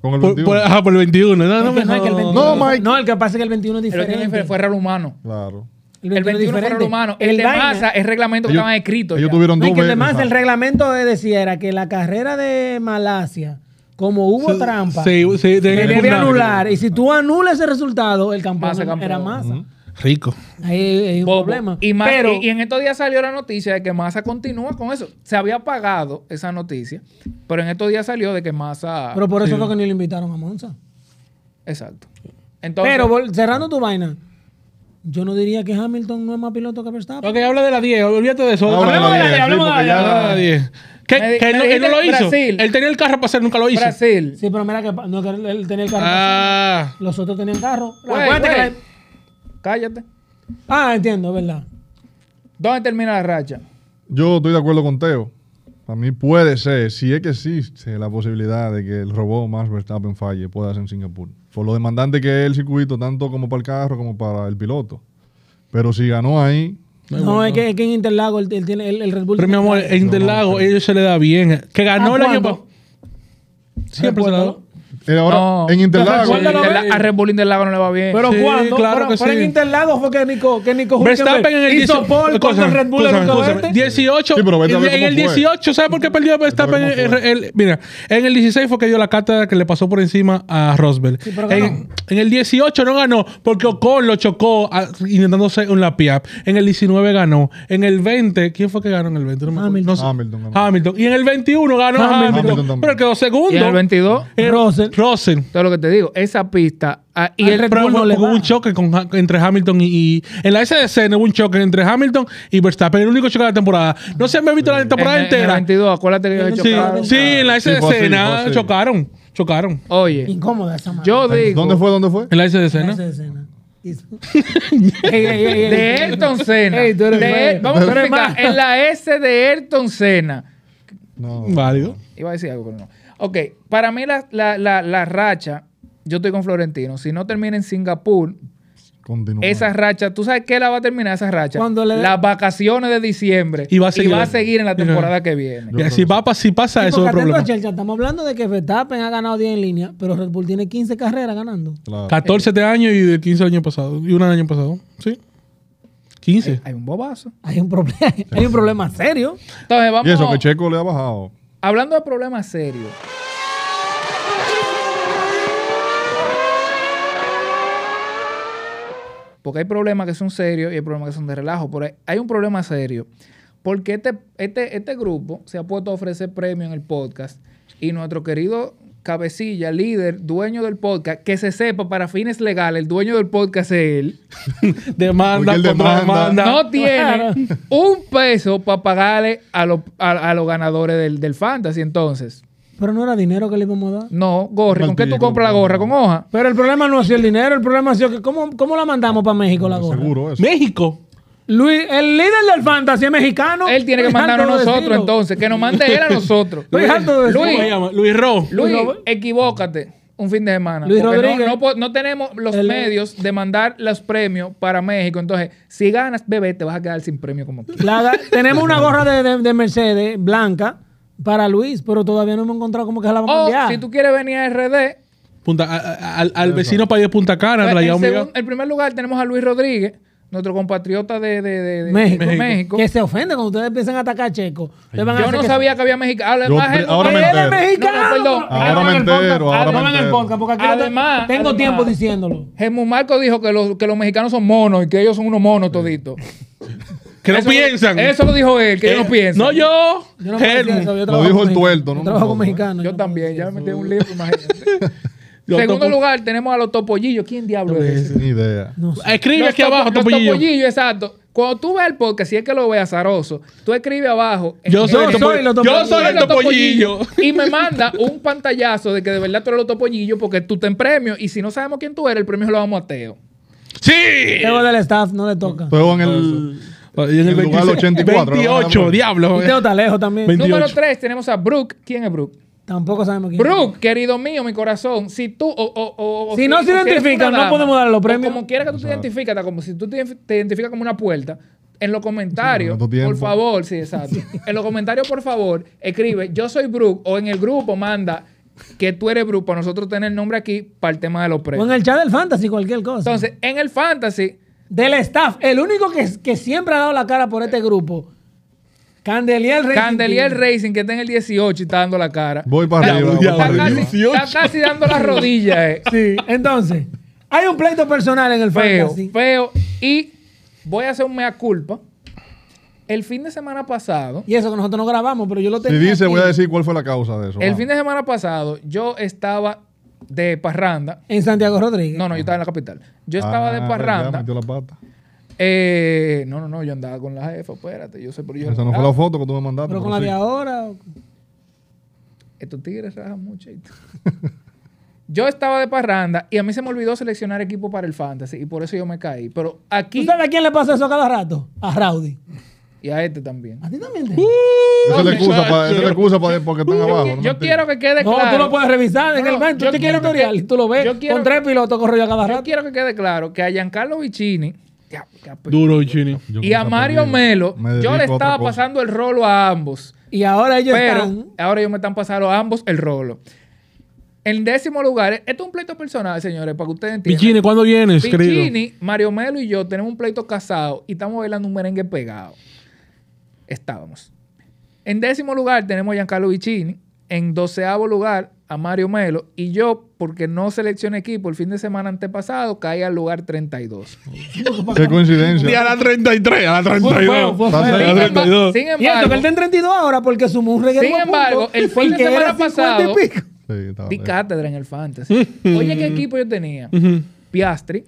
Con el Por, 21. por- ajá, por el 21. No, no, Es que no, me es que el jodas. 21 No, Mike. no, el que pasa es que el 21 es El diferente. 21 fue error humano. Claro. El 21 fue error humano. El, de Daina- Massa es reglamento que Ellos- estaban escritos. Ellos ya. tuvieron No, y dos que veces. además el ajá. reglamento de- decía era que la carrera de Malasia, como hubo trampa, Sí, sí, se tenía que debe impugnar. anular. Y si tú anulas ese resultado, el campeón Massa campeón. era Massa. Rico. Ahí hay un Bobo. problema. Y, Ma- Pero, y- y en estos días salió la noticia de que Massa continúa con eso. Se había apagado esa noticia, pero en estos días salió de que Massa. pero por eso fue que ni lo invitaron a Monza. Exacto. Entonces, pero vol- cerrando tu vaina, yo no diría que Hamilton no es más piloto que Verstappen. Ok, habla de la 10. Olvídate de eso. Ah, bueno, la Hablemos de la 10, 10. Hablemos sí, de porque ya- la 10. Que, Me di- que él, me no, él no lo dijiste hizo. Brasil. Él tenía el carro para hacer, nunca lo hizo. Brasil. Sí, pero mira que pa- no, que él él tenía el carro. Ah. Los otros tenían carro. Güey, Acuérdate que güey, la- Cállate. Ah, entiendo, ¿verdad? ¿Dónde termina la racha? Yo estoy de acuerdo con Teo. Para mí puede ser, si es que existe la posibilidad de que el robot Max Verstappen falle, pueda ser en Singapur. Por lo demandante que es el circuito, tanto como para el carro como para el piloto. Pero si ganó ahí, No, es, que, es que en Interlago él, él tiene el, el Red Bull. Pero mi amor, en Interlago ellos se le da bien. Que ganó Ah, ¿A el año cuándo? pasado. Siempre se le da. eh, ahora No. en Interlagos. Recuérdalo, Del- ve. a Red Bull del Lago no le va bien. Pero Sí, cuando, claro pero, que pero sí. en Interlagos fue que Nico, que Nico Verstappen en el hizo 18. pole contra el este. Escúchame, Red Bull de escúchame, Nico escúchame. Verde. 18. Sí, pero vete a ver en el cómo fue. 18, ¿sabes por qué perdió Verstappen? Vete a ver cómo El- el- mira, en el 16 fue que dio la carta que le pasó por encima a Rosberg. Sí, pero ganó. en, en el 18 no ganó porque Ocon lo chocó a- intentándose un lapiap. En el 19 ganó. En el 20, ¿quién fue que ganó en el 20? No me acuerdo. Hamilton. No sé. Hamilton ganó. Hamilton. Y en el 21 ganó Hamilton. Hamilton. Hamilton también. pero quedó segundo. y en el 22, Eh, Russell. Russell. todo lo que te digo, esa pista ah, y Al el Red Pero Bull no hubo, le hubo va. un choque con Ha- entre Hamilton y, y- En la SDC no hubo un choque entre Hamilton y Verstappen. El único choque de la temporada. No se me ha visto la en, temporada en el entera. 22, acuérdate que ellos Sí. Sí, chocaron. sí, en la Sí, fue así, SDC nada, fue así. chocaron. Chocaron. Oye, Incómoda esa madre. yo digo ¿Dónde fue? ¿Dónde fue? En la SDC, Esa ¿no? escena. Hizo- Ey, ey, ey, ey. de Ayrton Senna. Ey, tú eres malo. de- vamos a Tú eres verificar, malo. en la S de Ayrton Senna. No. Válido. Iba a decir algo, pero no. Ok, para mí la, la, la, la racha, yo estoy con Florentino. Si no termina en Singapur, Continúa. esa racha, ¿tú sabes qué la va a terminar esa racha? Cuando le dé- Las vacaciones de diciembre. Y va a seguir. en la temporada que viene. Y así va, pa- si pasa Sí, eso, porque es el atento a problema. Chelcha, estamos hablando de que Verstappen ha ganado 10 en línea, pero Red Bull tiene 15 carreras ganando. Claro. 14 de año y de 15 años pasado. Y un año pasado. Sí. 15. Hay un bobazo. Hay un problema, hay un problema serio. Entonces vamos. Y eso que Checo le ha bajado. Hablando de problemas serios. Porque hay problemas que son serios y hay problemas que son de relajo. Pero hay- hay un problema serio. Porque este, este, este grupo se ha puesto a ofrecer premio en el podcast. Y nuestro querido cabecilla, líder, dueño del podcast, que se sepa para fines legales, el dueño del podcast es él. Demanda, Porque él contra demanda. demanda. no tiene un peso para pagarle a, los- a- a los ganadores del, del fantasy. Entonces, Pero no era dinero que le íbamos a dar. no, Gorri, ¿con qué tú Martillo, compras la gorra? ¿Con hoja? Pero el problema no ha sido el dinero, el problema ha sido que cómo, cómo la mandamos para México la gorra. Seguro eso. México. Luis, el líder del fantasy es mexicano. Él tiene que Estoy harto mandarnos a de nosotros, decirlo. entonces. Que nos mande él a nosotros. Estoy harto de Luis, decirlo. ¿Cómo se llama? Luis Ro. Luis, equivócate un fin de semana. Luis porque no- Rodríguez. No, po- no tenemos los El- medios de mandar los premios para México. Entonces, si ganas, bebé, te vas a quedar sin premio como tú. La ga- tenemos una gorra de, de- de Mercedes blanca para Luis, pero todavía no hemos encontrado cómo que se la vamos a O enviar. Oh, si tú quieres venir a RD, Punta- a- a- al, al vecino país de Punta Cana, Pues, Rayado en, Miguel. segun- en primer lugar tenemos a Luis Rodríguez, nuestro compatriota de, de- de- de- México. de México. Que se ofende cuando ustedes empiezan a atacar a Checo. Ustedes van a Yo hacer no que- sabía que había Ah, mexicano. Yo Además, pre- el- ahora me Él es entero. mexicano. No, no, perdón. Ahora Ahora me en el entero, podcast. ahora me Pongan el entero. podcast, porque aquí lo Además, tengo además. tiempo diciéndolo. Jesús Marco dijo que los, que los mexicanos son monos y que ellos son unos monos toditos. Que no Eso- piensan. Eso lo dijo él, que Eh, yo no pienso. No yo. Yo no puedo decir Helmut. eso, yo Lo trabajo dijo con el mexicanos. tuerto, ¿no? Yo trabajo con Nosotros, ¿eh? mexicanos. Yo no también, puedo ya decir me metí un libro, imagínate. Yo Segundo topo- lugar, tenemos a los topollillos. ¿Quién diablo es ese? Ni idea. Escribe Los aquí topo- abajo, los Topollillo. topollillos, exacto. Cuando tú ves el podcast, si es que lo ves azaroso, tú escribes abajo. en- Yo soy, Yo el soy topo- los yo topollillos. soy el topollillo. Y me manda un pantallazo de que de verdad tú eres el topollillo porque tú te en premio. Y si no sabemos quién tú eres, el premio se lo vamos a Teo. ¡Sí! Teo del staff no le toca. Pero en el. Y en el lugar 84, 28, ¿no? diablo. Y eh, Teo está lejos también. 20. 28. Número 3, tenemos a Brooke. ¿Quién es Brooke? Tampoco sabemos quién. es. Brooke, querido mío, mi corazón, si tú o, o- o- o- Si no se o eres identifican, una no podemos darle los o premios. Como quiera que tú te identifiques, hasta como si tú te, te identificas como una puerta, en los comentarios, Tanto tiempo. por favor, sí, exacto. En los comentarios, por favor, escribe yo soy Brooke o en el grupo manda que tú eres Brooke para nosotros tener el nombre aquí para el tema de los O premios. en el chat del fantasy, cualquier cosa. Entonces, en el fantasy, del staff, el único que, que siempre ha dado la cara por este grupo. Candelier Racing. Candelier Team. Racing, que está en el 18 y está dando la cara. Voy para Está- arriba. voy ya, Está para ya, arriba. casi, está 18. casi dando las rodillas, eh. Sí, entonces, hay un pleito personal en el Feo, fantasy. feo. Y voy a hacer un mea culpa. El fin de semana pasado, Y eso que nosotros no grabamos, pero yo lo Si tenía. dice, aquí. voy a decir cuál fue la causa de eso. el vamos. fin de semana pasado, yo estaba de parranda. En Santiago Rodríguez. No, no, yo estaba en la capital. Yo Ah, estaba de ya parranda. metió la pata. Eh, no, no, no, yo andaba con la jefa, espérate, yo sé por yo. Esa no fue la foto que tú me mandaste. pero con pero la de sí. ahora. Estos tigres rajan mucho. y- Yo estaba de parranda y a mí se me olvidó seleccionar equipo para el fantasy y por eso yo me caí. Pero ¿Tú aquí sabes a quién le pasa eso a cada rato? A Rowdy. y a este también. A ti también. te- Esa es la excusa muchacho. para- esa es la excusa para porque están abajo. Yo, no yo mentira. quiero que quede no, claro. tú lo puedes revisar en No, el banco. yo Tú te quieres quiero tutorial que- y tú lo ves. yo quiero- con tres pilotos corro yo a cada Yo rato. quiero que quede claro que a Giancarlo Vicini ya, ya, pues, Duro, Chini. Yo y a con Mario esa Melo, película me yo le dedico a otra estaba cosa. pasando el rolo a ambos. Y ahora ellos pero están. ahora ellos me están pasando a ambos el rolo. En décimo lugar, esto es un pleito personal, señores, para que ustedes entiendan. Pichini, ¿cuándo vienes, querido? Vicini, Mario Melo y yo tenemos un pleito casado y estamos bailando un merengue pegado. Estábamos. En décimo lugar tenemos a Giancarlo Vicini. En doceavo lugar a Mario Melo. Y yo, porque no seleccioné equipo el fin de semana antepasado, caí al lugar 32. Qué coincidencia. la 33, a la Fue feo, fue Pasa- feo. Al Sin, emba- 32. sin Y esto que él embargo, está en 32 ahora porque sumó un reguero. Sin a punto, embargo, el fin de que era semana 50 y pasado- pico. Sí, estaba- di cátedra en el fantasy. Oye, ¿qué equipo yo tenía? Piastri.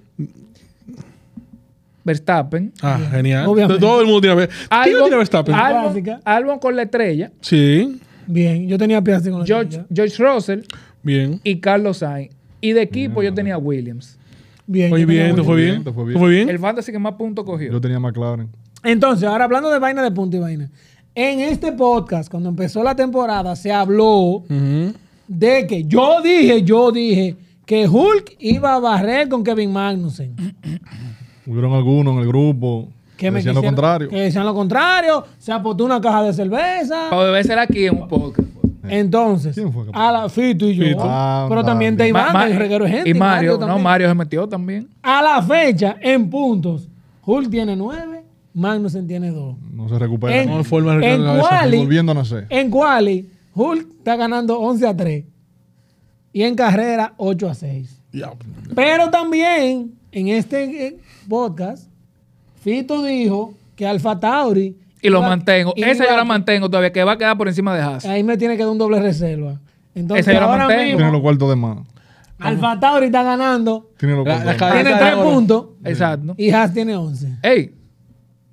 Verstappen. Ah, genial. Obviamente. Todo el mundo tiene ¿Quién no tiene Verstappen? Al- Albon- Clásica. Albon con la estrella. Sí, Bien, yo tenía Piastri con la George, estrella. George Russell bien. y Carlos Sainz. Y de equipo Mm. yo tenía Williams. Bien, Muy yo tenía bien, te Williams. fue bien, bien. te ¿Te fue fue bien? El fantasy que más puntos cogió. Yo tenía McLaren. Entonces, ahora hablando de vaina de punto y vaina. En este podcast, cuando empezó la temporada, se habló Ujú. de que yo dije, yo dije que Hulk iba a barrer con Kevin Magnussen. Hubieron algunos en el grupo que Que me decían lo quisieron- contrario. Que decían lo contrario. Se apostó una caja de cerveza. Para bebérsela aquí en un podcast. Entonces, ¿Quién fue que- a la Fito y yo. Fito. Ah, pero también también. te Ma- Ma- el reguero de gente. y Mario, no, también. Mario se metió también. A la fecha, en puntos, Hulk tiene 9, Magnussen tiene dos. No se recupera. En- no, No hay forma de en arreglar eso. cuál- Quali- volviendo a nacer. En quali, Hulk está ganando 11 a 3. Y en carrera, 8 a 6. Diablo. Pero también, en este eh, podcast, Fito dijo que Alfa Tauri... Y lo iba- mantengo. iba- Esa yo la mantengo todavía, que va a quedar por encima de Haas. Ahí me tiene que dar un doble reserva. Entonces, Ese yo lo ahora mantengo. Tiene mismo, los cuartos de más. Alfa Tauri está ganando. Tiene los La- cuartos la de más. cabeza- Tiene está 3 ahora. puntos. Exacto. Y Haas tiene 11. Ey,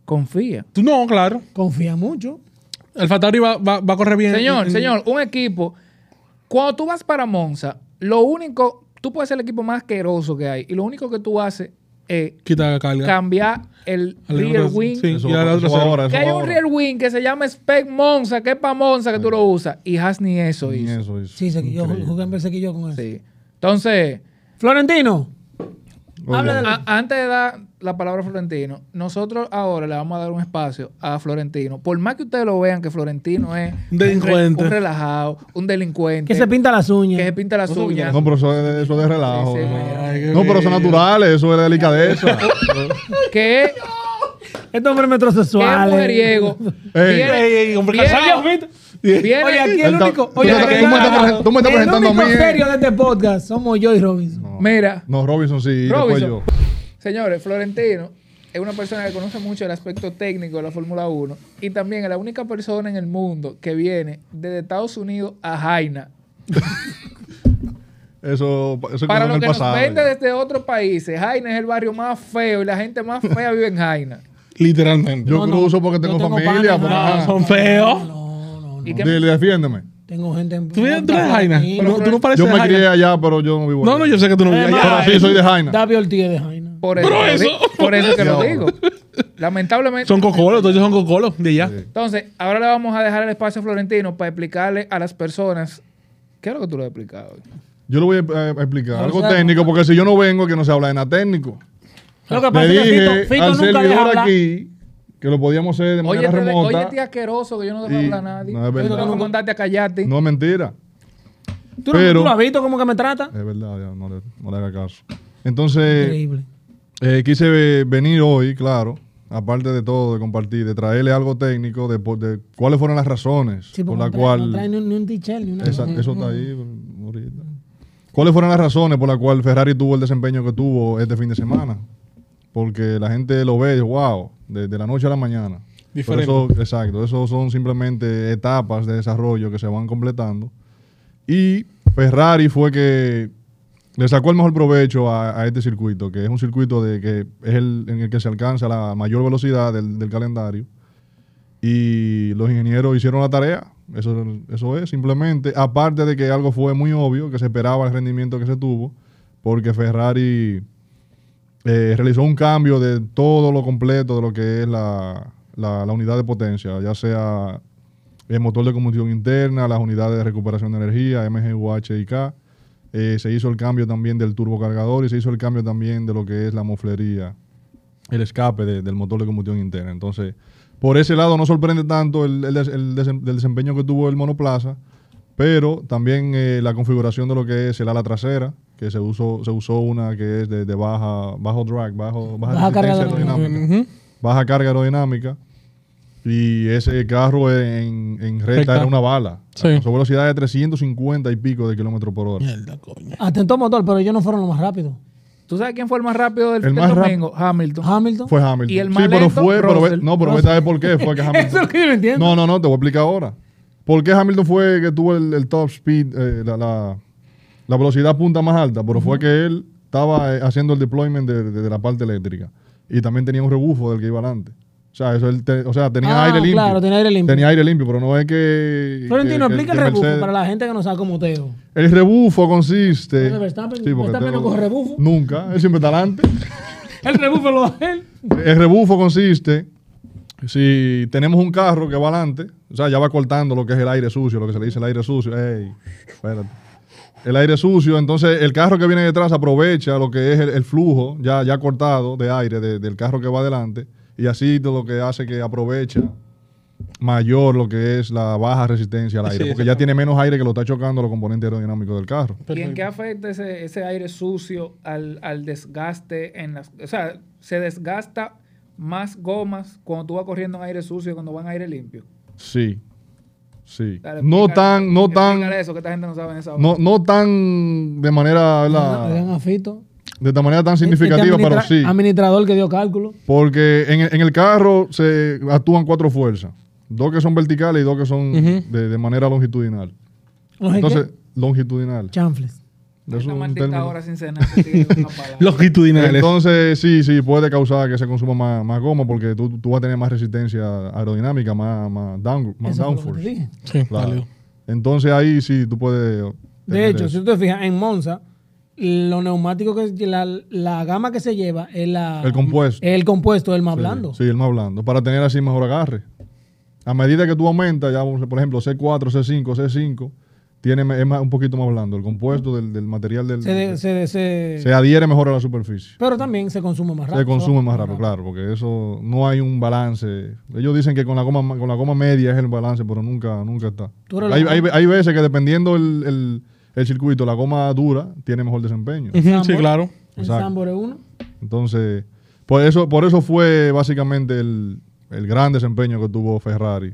confía. Tú no, claro. Confía mucho. El Fatari va, va- va a correr bien. Señor, En- señor, un equipo. Cuando tú vas para Monza, lo único, tú puedes ser el equipo más asqueroso que hay. Y lo único que tú haces es Quita la carga. cambiar el Al rear otro- wing. sí. Eso Y va- ahora eso otro va cero. ahora, eso Que hay va un ahora. rear wing que se llama Spec Monza, que es para Monza que tú lo usas. Y Haas ni eso Ni hizo. eso hizo. Sí, se quilló. Increíble. Hugenberg se quilló con eso. Sí. Entonces, Florentino. Oye, Habla de la- a- antes de dar la palabra a Florentino, nosotros ahora le vamos a dar un espacio a Florentino. Por más que ustedes lo vean, que Florentino es Un delincuente. un relajado, un delincuente, Que se pinta las uñas. que se pinta las uñas. No, pero eso es eso es de relajo. Sí, sí. ¿no? Ay, qué No, pero son bello. naturales, eso es de delicadeza. que Este hombre es que es metrosexual. eh. mujeriego. Ey. Viene- Ey, ey, hombre viene- casado, ¿viste? viene- Oye, aquí el Él ta- único. tú Oye, me estás- tú me estás presen- tú me estás presentando a mí, El único eh. serio de este podcast somos yo y Robinson. Mira, No, Robinson sí, y después Robinson. yo. señores, Florentino es una persona que conoce mucho el aspecto técnico de la Fórmula 1 y también es la única persona en el mundo que viene desde Estados Unidos a Jaina. Eso, eso Para quedó en los el que nos pasado. vende ya. desde otros países, Jaina es el barrio más feo y la gente más fea vive en Jaina. Literalmente. Yo No, no, cruzo porque yo tengo tengo familia. panas, porque- no, Ah, ah, son feos. No, no, no. ¿Y qué- Dile, defiéndeme. Tengo gente en. ¿Tú eres tú eres Jaina? No, tú no pareces Yo me Jaina. crié allá, pero yo no vivo No, allá. no, yo sé que tú no vivías Además, allá. Pero sí, soy de Jaina. David Ortiz de Jaina. Por eso, Pero que eso- lo di- por eso que lo Ya. digo. eh, Lamentablemente. Son cocolos, todos ellos son cocolos de allá. Entonces, ahora le vamos a dejar el espacio a Florentino para explicarle a las personas. ¿Qué es lo que tú le has explicado? hoy? Yo le voy a, a- a explicar algo sea, técnico, porque si yo no vengo, que no se habla de nada técnico. Lo que pasa Le es que dije Fito, Fito al nunca deja servidor hablar. aquí que lo podíamos hacer de Oye, manera este de- oye, remota. este asqueroso que yo no Y- dejo hablar a nadie. no, es Yo verdad. tengo que mandarte a callarte. No es mentira. ¿Tú, no- pero- ¿Tú lo has visto cómo que me trata? Es verdad, ya, no, le, no le haga caso. Entonces, Increíble. eh, quise ve- venir hoy, claro, aparte de todo, de compartir, de traerle algo técnico, de, por- de cuáles fueron las razones Sí, por porque las no trae- cuales... No trae ni un, ni un tichel, ni una. Esa- eso está ahí ahorita. ¿Cuáles fueron las razones por las cuales Ferrari tuvo el desempeño que tuvo este fin de semana? Porque la gente lo ve, y, wow, de, de la noche a la mañana. Pero eso- exacto, eso son simplemente etapas de desarrollo que se van completando. Y Ferrari fue que le sacó el mejor provecho a, a este circuito, que es un circuito de que es el en el que se alcanza la mayor velocidad del, del calendario. Y los ingenieros hicieron la tarea. Eso, eso es, simplemente. Aparte de que algo fue muy obvio, que se esperaba el rendimiento que se tuvo, porque Ferrari eh, realizó un cambio de todo lo completo de lo que es la, la- la unidad de potencia, ya sea el motor de combustión interna, las unidades de recuperación de energía, MGUH y K. Eh, se hizo el cambio también del turbocargador y se hizo el cambio también de lo que es la moflería, el escape de- del motor de combustión interna. Entonces, por ese lado no sorprende tanto el, el des- el desem- del desempeño que tuvo el monoplaza, pero también eh, la configuración de lo que es el ala trasera, que se usó, se usó una que es de, de baja, bajo drag, bajo, baja, Baja carga resistencia aerodinámica. aerodinámica Ujú. baja carga aerodinámica y ese carro en, en recta Recta. era una bala. Sí. Alcanzó velocidad de 350 y pico de kilómetros por hora. Mierda, coño. Atento motor, pero ellos no fueron los más rápidos. ¿Tú sabes quién fue el más rápido del, del El más rap- Ah, domingo? Hamilton. ¿Ah, Hamilton. Fue Hamilton. Y el sí, más pero lento, fue, pero ve- Russell. no, pero ve a saber por qué fue que Hamilton. Eso es lo que yo no entiendo. No, no, no, te voy a explicar ahora. ¿Por qué Hamilton fue que tuvo el, el top speed, eh, la, la- la velocidad punta más alta? Pero fue que él estaba eh, haciendo el deployment de, de- de la parte eléctrica. Y también tenía un rebufo del que iba adelante. O sea, eso él te- o sea tenía Ah, aire limpio. claro, tenía aire limpio. Tenía aire limpio, pero no es que. Florentino, que- que- explica el que rebufo Mercedes- para la gente que no sabe cómo teo. El rebufo consiste. Pero Verstappen- porque Verstappen no tengo- coge rebufo. Nunca, él siempre está adelante. El rebufo lo da él. El rebufo consiste, si tenemos un carro que va adelante, o sea, ya va cortando lo que es el aire sucio, lo que se le dice el aire sucio. Ey, espérate. El aire sucio, entonces el carro que viene detrás aprovecha lo que es el, el flujo ya, ya cortado de aire de- del carro que va adelante y así todo lo que hace que aprovecha mayor lo que es la baja resistencia al aire, Sí, porque ya tiene menos aire que lo está chocando los componentes aerodinámicos del carro. ¿Y en qué afecta ese, ese aire sucio al, al desgaste en las... O sea, se desgasta más gomas cuando tú vas corriendo en aire sucio que cuando van en aire limpio? Sí. Sí. Dale, no explícale- tan, no tan, explícale eso que esta gente no sabe en esa no, no tan de manera, ¿verdad? Vean a Fito. de esta manera tan Este significativa, pero administra- sí. Administrador que dio cálculo. Porque en, en el carro se actúan cuatro fuerzas. Dos que son verticales y dos que son Ujú. de, de manera longitudinal. ¿Los de qué? Entonces, longitudinal. chanfles. Eso es Esta un maldita término. hora sin cenar. que sigue con la palabra. Longitudinales. Entonces, sí, sí, puede causar que se consuma más, más goma porque tú, tú vas a tener más resistencia aerodinámica, más, más, down- más Eso fue lo que te downforce. dije. Sí, Claro. valió. Entonces ahí sí tú puedes. De tener hecho, si eso. tú te fijas, en Monza, los neumáticos que que la, la gama que se lleva es la, el compuesto. el compuesto, el más Sí, blando. Sí, el más blando, para tener así mejor agarre. A medida que tú aumentas, ya vamos, por ejemplo, C4, C5, C5, tiene, me- es más- un poquito más blando. El compuesto del, del material del, Se, de- se, de- se- se adhiere mejor a la superficie. pero también se consume más rápido. Se consume más rápido, claro, porque eso no hay un balance. Ellos dicen que con la goma, ma- con la goma media es el balance, pero nunca, nunca está. Tú eres Hay, loco. hay, hay veces que dependiendo el, el- el circuito, la goma dura tiene mejor desempeño. Ujú, Sí, Sambo. claro. El Exacto. Sambor es uno. Entonces, por eso, por eso fue básicamente el, el gran desempeño que tuvo Ferrari.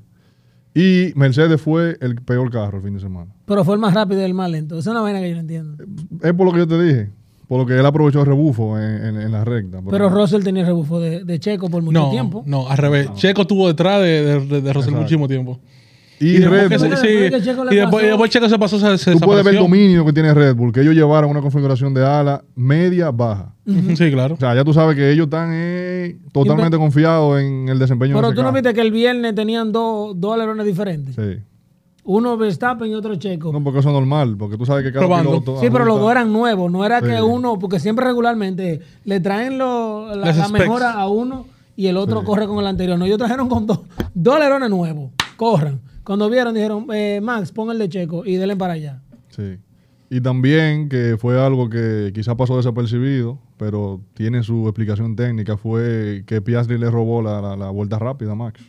Y Mercedes fue el peor carro el fin de semana. Pero fue el más rápido y el más lento. Esa es una vaina que yo no entiendo. Es por lo que yo te dije, por lo que él aprovechó el rebufo en, en- en la recta. Porque- Pero Russell tenía el rebufo de, de Checo por mucho No, tiempo. no, al revés. Checo estuvo detrás de, de, de- de Russell muchísimo tiempo. y después Red que Bull, se- Pero sí, después que Checo le y después- pasó- y después Checo se pasó, se, se tú puedes ver el desapareció. dominio que tiene Red Bull, que ellos llevaron una configuración de ala media baja. Ujú, Sí, claro. O sea, ya tú sabes que ellos están eh, totalmente confiados en el desempeño Pero de ese tú no carro. viste que el viernes tenían dos, dos alerones diferentes. Sí. Uno Verstappen y otro Checo. No, porque eso es normal, porque tú sabes que cada Probando. piloto Sí, pero los ajusta- dos eran nuevos, no era que Sí. uno, porque siempre regularmente le traen lo- la, Las la specs. mejora a uno y el otro corre con el anterior. No, ellos trajeron con dos, dos alerones nuevos, corran. Cuando vieron dijeron, eh, Max, pon el de Checo y denle para allá. Sí. Y también que fue algo que quizá pasó desapercibido, pero tiene su explicación técnica, fue que Piastri le robó la, la- la vuelta rápida a Max.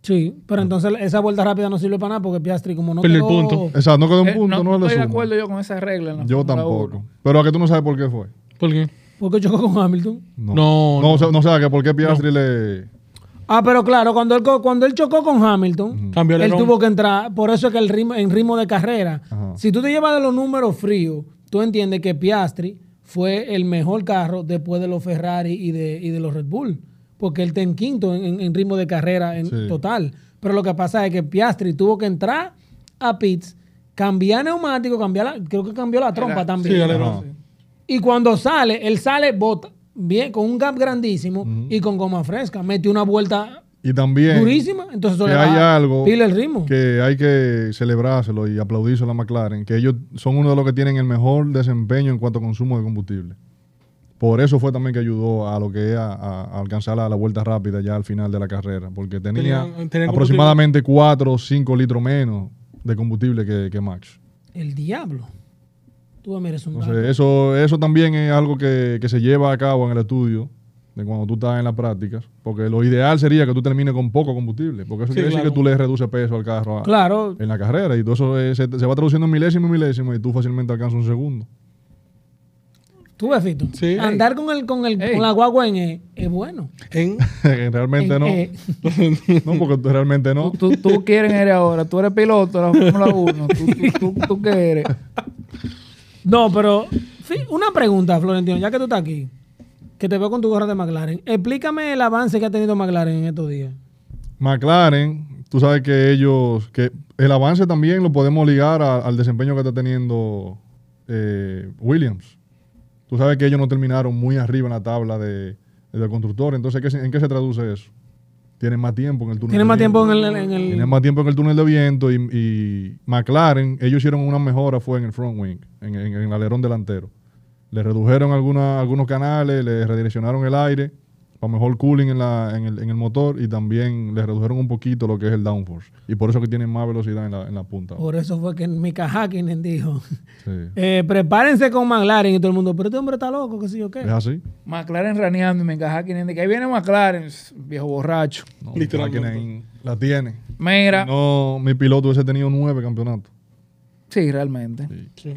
Sí, pero entonces esa vuelta rápida no sirve para nada porque Piastri como no Perdió el quedó- punto. O sea, no quedó un Eh, punto, no, le estoy de suma. acuerdo yo con esa regla. en la Yo Fórmula tampoco. 1. Pero a que tú no sabes por qué fue. ¿Por qué? porque chocó con Hamilton. No. No, o sea, no, sabes que por qué Piastri le... Ah, pero claro, cuando él, co- cuando él chocó con Hamilton, Cambió el él alerón. tuvo que entrar. Por eso es que el ritmo, en ritmo de carrera, Ajá. si tú te llevas de los números fríos, tú entiendes que Piastri fue el mejor carro después de los Ferrari y de, y de los Red Bull, porque él está en quinto en, en- en ritmo de carrera en Sí. total. Pero lo que pasa es que Piastri tuvo que entrar a pits, cambiar neumático, cambiar la- creo que cambió la trompa Era- también. Sí, alerón. Ajá. Y cuando sale, él sale bota, bien, con un gap grandísimo y con goma fresca. Metió una vuelta Y también durísima. Entonces eso que le hay da algo pila el ritmo. que hay que celebrárselo y aplaudírselo a McLaren, que ellos son uno de los que tienen el mejor desempeño en cuanto a consumo de combustible. Por eso fue también que ayudó a lo que es a, a- a alcanzar la, la vuelta rápida ya al final de la carrera, porque tenía Tenían- tenían aproximadamente 4 o 5 litros menos de combustible que, que Max. El diablo. Tú me mereces un dato. Entonces, eso, eso también es algo que, que se lleva a cabo en el estudio, de cuando tú estás en las prácticas, porque lo ideal sería que tú termines con poco combustible, porque eso Sí, quiere decir claro. que tú le reduces peso al carro a- Claro, en la carrera y todo eso eh, se, se va traduciendo en milésimo y milésimo y tú fácilmente alcanzas un segundo. tú ves, Fito. Sí. Andar con el, con el Ey. con la guagua en E es bueno. En- Eh, realmente En no. E. No, porque tú realmente no. Tú, tú, tú quieres eres ahora, tú eres piloto de la Fórmula 1, tú, tú, tú, tú qué eres. No, pero sí, una pregunta, Florentino, ya que tú estás aquí, que te veo con tu gorra de McLaren. Explícame el avance que ha tenido McLaren en estos días. McLaren, tú sabes que ellos, que el avance también lo podemos ligar a- al desempeño que está teniendo eh, Williams. Tú sabes que ellos no terminaron muy arriba en la tabla de, del constructor. Entonces, ¿qué se- ¿en qué se traduce eso? Tienen más tiempo en el túnel. Tiene de más viento. tiempo en el, en el- Tienen más tiempo en el túnel de viento y, y McLaren, ellos hicieron una mejora, fue en el front wing, en, en- en el alerón delantero. Le redujeron alguna- algunos canales, le redireccionaron el aire para mejor cooling en, la- en el, en el motor y también le redujeron un poquito lo que es el downforce. Y por eso que tienen más velocidad en la, en la punta. Oh. Por eso fue que Mika Hakkinen dijo. Sí. Eh, prepárense con McLaren y todo el mundo, pero este hombre está loco, qué sé yo qué. ¿Es así? McLaren raneando y me encaja aquí. nene, Que ahí viene McLaren, pss, viejo borracho. No, Literalmente. McLaren La tiene. Mira, No, mi piloto hubiese tenido nueve campeonatos. sí, realmente. sí.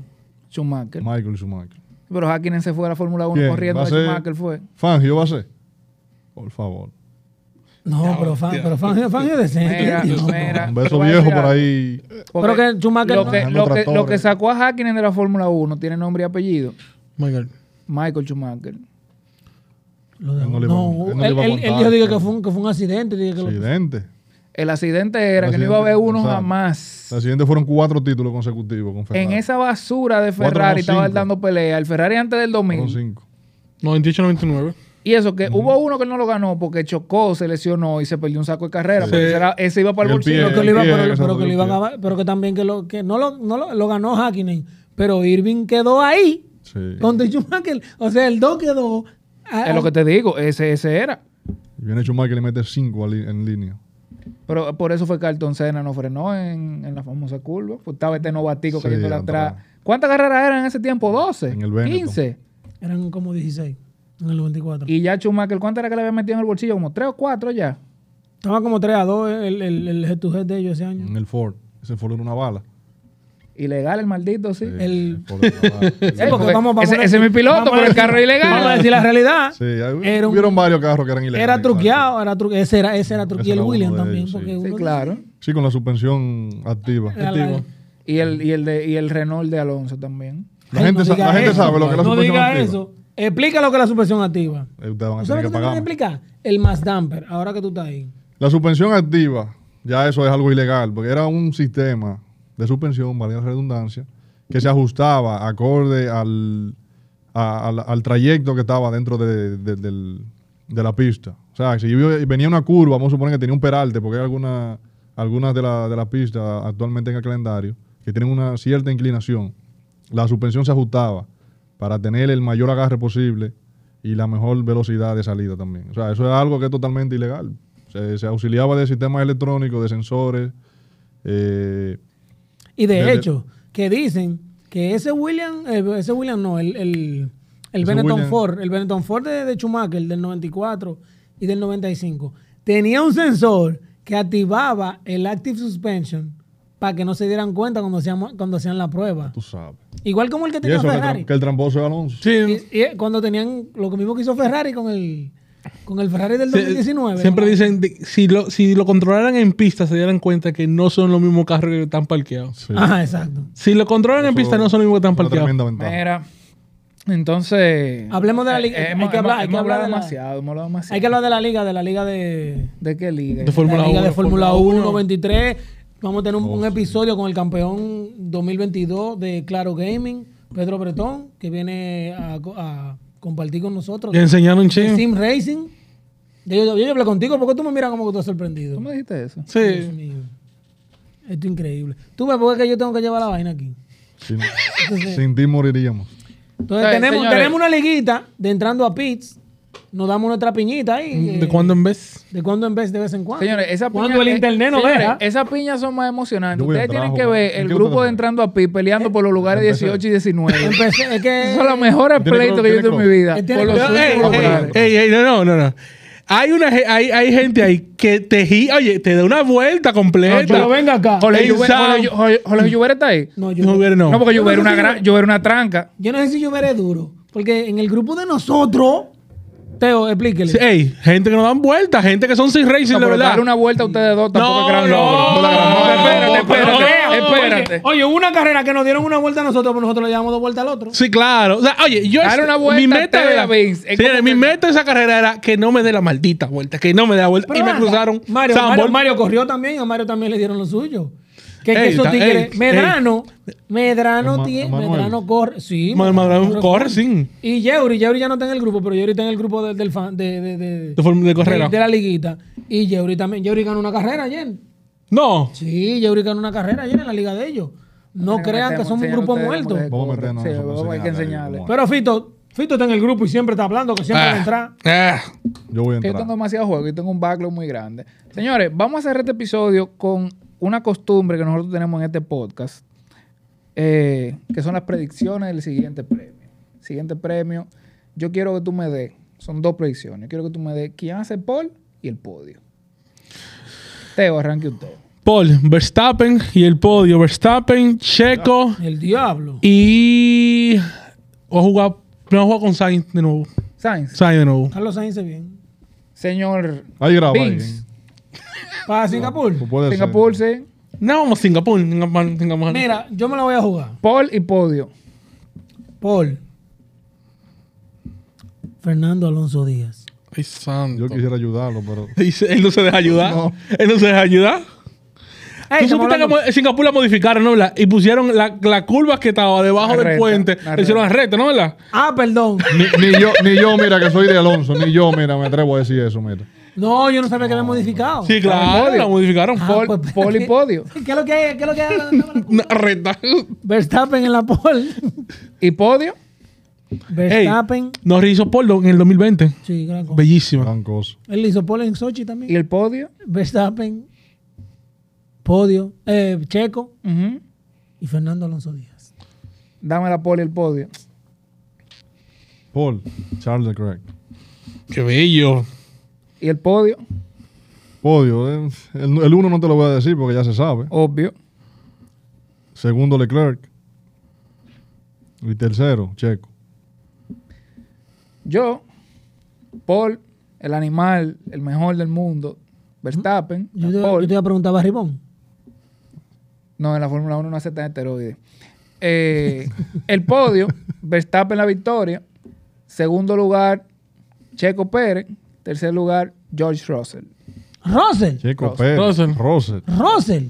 Schumacher. Michael Schumacher. Pero Hakkinen se fue a la Fórmula 1 ¿Quién? corriendo Va a a ser- Schumacher, fue. Fangio va a ser. Por favor. No, pero fan, pero fan, fan es decente. Mira, tío. mira, Un te beso voy Ah, a viejo decir por algo. ahí. Porque Pero que Schumacher lo no- que, Manejando lo, que, lo que tractores. sacó a Hakkinen de la Fórmula 1 tiene nombre y apellido. My God. Michael Schumacher. Lo de- Él no le No, iba- él él, no le iba a él- él contar. dijo dije, que, fue un, que fue un accidente. dije, que lo- Accidente. El accidente era El que no iba a haber accidente, uno exacto. jamás. El siguiente fueron cuatro títulos consecutivos con Ferrari. En esa basura de Cuatro, Ferrari no, estaba él cinco. dando pelea. El Ferrari antes del Fueron 2000. cinco. 98-99. Y eso, que hubo uno que no lo ganó porque chocó, se lesionó y se perdió un saco de carrera. Sí. porque ese, era- ese iba para el Y el bolsillo. Pero que, lo iba- Sí, pero- que se pero que lo iban a- pero que también que, lo, que no, lo, no lo, lo ganó Hakkinen, pero Irving quedó ahí Sí. donde Schumacher, o sea, el 2 quedó. a- Es lo que te digo, ese, ese era. Y viene Schumacher y le mete cinco ali- en línea. Pero por eso fue que Ayrton Senna no frenó en, en la famosa curva. Pues estaba este novatico Sí, cayéndole atrás. atrás. ¿Cuántas carreras eran en ese tiempo? 12, En el Benetton. 15. Eran como 16 en el 94. Y ya Schumacher, ¿cuántas era que le había metido en el bolsillo? Como 3 o 4 ya. Estaba como 3 a 2 el, el, el head to head de ellos ese año. En el Ford. Ese Ford era una bala. Ilegal el maldito, sí. Sí, El- Ford era una bala. Eh, porque ese- ese es mi piloto, vamos a porque el decir- carro es ilegal. Vamos a decir la realidad. Sí, hay- Era un- hubieron varios carros que eran ilegales. Era exacto. truqueado, era truque, ese era, ese era truque. Ese Y el era uno William de también, ellos, porque sí. uno- Sí, claro. Sí, con la suspensión activa. era la- Y el, y, el de, y el Renault de Alonso también. La Ay, gente, no sa- diga la gente eso. sabe lo que es la No suspensión diga activa. eso. Explica lo que es la suspensión activa. Eh, ustedes van a ¿Tú tener sabes qué que te tengo que pagar. más. explicar? El más damper, ahora que tú estás ahí. La suspensión activa, ya eso es algo ilegal, porque era un sistema de suspensión, valía la redundancia, que se ajustaba acorde al, a- al, al trayecto que estaba dentro de, de- del- de la pista. O sea, si yo- venía una curva, vamos a suponer que tenía un peralte, porque hay alguna- algunas de, la- de las pistas actualmente en el calendario que tienen una cierta inclinación. La suspensión se ajustaba para tener el mayor agarre posible y la mejor velocidad de salida también. O sea, eso es algo que es totalmente ilegal. Se, se auxiliaba de sistemas electrónicos, de sensores. eh, Y de, Desde- hecho, que dicen que ese William, eh, ese William no, el, el, el Ese Benetton William. Ford, el Benetton Ford de, de Schumacher del 94 y del 95, tenía un sensor que activaba el Active Suspension para que no se dieran cuenta cuando hacían, cuando hacían la prueba. tú sabes. Igual como el que Y tenía eso, que, tra- Ferrari. que el tramposo de Alonso. Sí. Y- y cuando tenían lo que mismo que hizo Ferrari con el, con el Ferrari del 2019. Siempre ¿no? dicen, de- si lo, si lo controlaran en pista, se dieran cuenta que no son los mismos carros que están parqueados. Sí. Ajá, exacto. Si lo controlan en Eso- pista, no son los mismos que están una tremenda parqueados. ventaja. Mira. Entonces. Hablemos de la liga. eh, Hay hemos- que hablar- hemos- hay que hemos hablar hablado de la- demasiado. Hemos hablado demasiado. Hay que hablar de la liga, de la liga de, ¿De qué liga? De Fórmula la liga 1. de Fórmula 1, Fórmula Oh, 23. Vamos a tener un, un episodio con el campeón 2022 de Claro Gaming, Pedro Bretón, que viene a, co- a compartir con nosotros. Y enseñaron un de chingo. Sim Racing. Ya Yo, yo, yo hablé contigo, porque tú me miras como que tú estás sorprendido? ¿Tú me dijiste eso? Dios Sí. mío. Esto es increíble. Tú ves porque es que yo tengo que llevar la vaina aquí. Sin, sin ti moriríamos. Entonces Está bien, tenemos, señores. tenemos una liguita de entrando a pits. Nos damos nuestra piñita ahí. ¿De eh, cuándo en vez? ¿De cuándo en vez? De vez en cuando. Señores, esas piñas. Cuando el eh, internet no señores, deja. Esas piñas son más emocionantes. Yo voy a Ustedes tienen trabajo, que ver ¿en el qué grupo ustedes de entrando a PIB peleando por los lugares Empecé. 18 y 19. Esos Empecé- es que- son los mejores Tiene pleitos cro- que yo he visto en mi tiene vida. cro- Por los Pero, últimos ey, lugares. ey, ey, ey, no, no, no, no. Hay, una, ge- hay, hay gente ahí que te, gi- oye, te da una vuelta completa. No, pero venga acá. Jorge Ey, Lluve- Sam. Jorge Llu- Jorge- Jorge Lluvera está ahí. No, yo no, hubiera, no. No, porque Yo Lluvera no sé una si- gran- Lluvera una tranca. Yo no sé si yo veré duro, porque en el grupo de nosotros, Teo, explíquele. Sí, ey, gente que no dan vuelta, gente que son sin racing, No, de pero verdad. darle una vuelta a ustedes dos tampoco es No, gran no, logro. no, espérate, no, espérate, no, espérate. Oye, hubo una carrera que nos dieron una vuelta a nosotros, pero nosotros le damos dos vueltas al otro. Sí, claro. O sea, oye, yo este, Dale una vuelta mi meta entera, era, Vince. Es Señores, como mi que- meta de esa carrera era que no me dé la maldita vuelta, que no me dé la vuelta Pero y me anda, cruzaron. Mario, San Mario, Bol- Mario corrió también, a Mario también le dieron lo suyo. Que, que Ey, esos ta- tigres- ey, Medrano, Medrano Ema- tiene, Emanuel. Medrano corre. Sí, Ma- Madrano corre, sí. Y Yeuri, Yeuri ya no está en el grupo, pero Yeuri está en el grupo del, del fan, de, de, de, De forma- de carrera. de- de la liguita. Y Yeuri también, Yeuri ganó una carrera ayer. No. Sí, Yeuri ganó una carrera ayer en la liga de ellos. No Bueno, crean que metemos, somos un enseñan grupo ustedes muerto. cómo Vamos a corre. meternos Sí, nosotros, vamos, hay que señales, enseñarle. vamos Pero Fito, Fito está en el grupo y siempre está hablando, que siempre va a entrar. Ah, ah. Yo voy a Yo entrar. tengo demasiado juego y tengo un backlog muy grande. Señores, vamos a cerrar este episodio con una costumbre que nosotros tenemos en este podcast, eh, que son las predicciones del siguiente premio. Siguiente premio, yo quiero que tú me des, son dos predicciones, yo quiero que tú me des quién hace Paul y el podio. Teo, arranque usted. Paul, Verstappen y el podio. Verstappen, Checo El diablo. y. Voy a jugar. Me voy a jugar con Sainz de nuevo. Sainz. Sainz de nuevo. Carlos Sainz se bien. Señor Ahí graba. ahí. Vince, Para Singapur. Pues puede ser. Singapur, sí. No, vamos a Singapur. Singapur, Singapur. Mira, yo me la voy a jugar. Paul y Podio. Paul. Fernando Alonso Díaz. Ay, santo. Yo quisiera ayudarlo, pero. Dice, Él no se deja ayudar. No. Él no se deja ayudar. Ey, Tú supiste que estamos mo- Singapur la modificaron, ¿no? ¿verdad? Y pusieron la, la curva que estaba debajo La del recta, puente. la le hicieron la recta, ¿no? ¿verdad? hablando- Ah, perdón. Ni, ni yo, ni yo, mira, que soy de Alonso, ni yo, mira, me atrevo a decir eso, mira. No, yo no sabía que había modificado. Sí, Ah, claro, podio. la modificaron. Ah, Paul- Paul y Podio. ¿Qué es lo que hay? ¿Qué es lo que hay? Una recta. Verstappen en la Paul. ¿Y Podio? Ey, Verstappen. nos rehizo Polo en el 2020. Sí, gran cosa. Bellísima. Gran cosa. Él hizo Paul en Sochi ¿Y también. el Podio? Verstappen. Podio. eh, Checo. Ujú. Y Fernando Alonso Díaz. Dame la Paul y el Podio. Paul, Charles Leclerc. Ah. Qué bello. ¿Y el Podio? Podio, eh, el, el uno no te lo voy a decir porque ya se sabe. Obvio. Segundo, Leclerc. Y tercero, Checo. Yo, Paul, el animal, el mejor del mundo, Verstappen, Yo te, Paul. yo te iba a preguntar a Ribón. No, en la Fórmula 1 no aceptan esteroides. Eh, el podio, Verstappen la victoria. Segundo lugar, Checo Pérez. Tercer lugar, George Russell. Russell. Checo Russell. Pérez. Russell. Russell. Russell.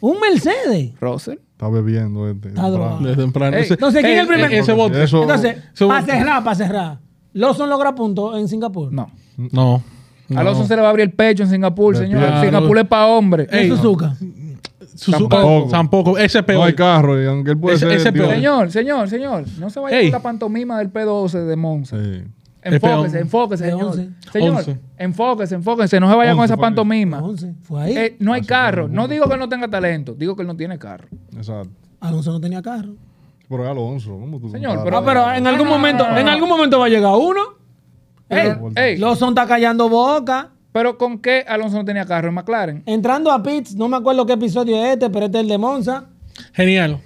Un Mercedes. Russell. Está bebiendo este. Está drogado. De temprano. Ey, Ese- entonces, ¿quién es el ey, primer- Ese bote. Eso- Entonces, Son- para cerrar, para cerrar. Lawson logra puntos en Singapur. No. No. no. A Lawson se le va a abrir el pecho en Singapur, De señor. pie. Singapur es para hombre. En Suzuka. Suzuka- Tampoco. Tampoco. Ese es No peor. hay carro, y aunque él puede Ese- ser. ese es Dios. peor. Señor, señor, señor. No se vaya Ey. con la pantomima del P12 de Monza. Sí. Enfóquese, Espera, enfóquese, de señor. once. Señor, Once. enfóquese, enfóquese. No se vaya con Once esa fue. pantomima. 11. Fue ahí. Eh, no hay carro. No digo que él no tenga talento. Digo que él no tiene carro. Exacto. Alonso no tenía carro. Pero Alonso, ¿cómo tú? Señor, Ah, pero- Ah, pero en algún momento, en algún momento va a llegar uno. Eh. Ey, Pero- ey, Lawson está callando boca. Pero ¿con qué Alonso no tenía carro en McLaren? Entrando a Pitts, no me acuerdo qué episodio es este, pero este es el de Monza. Genial.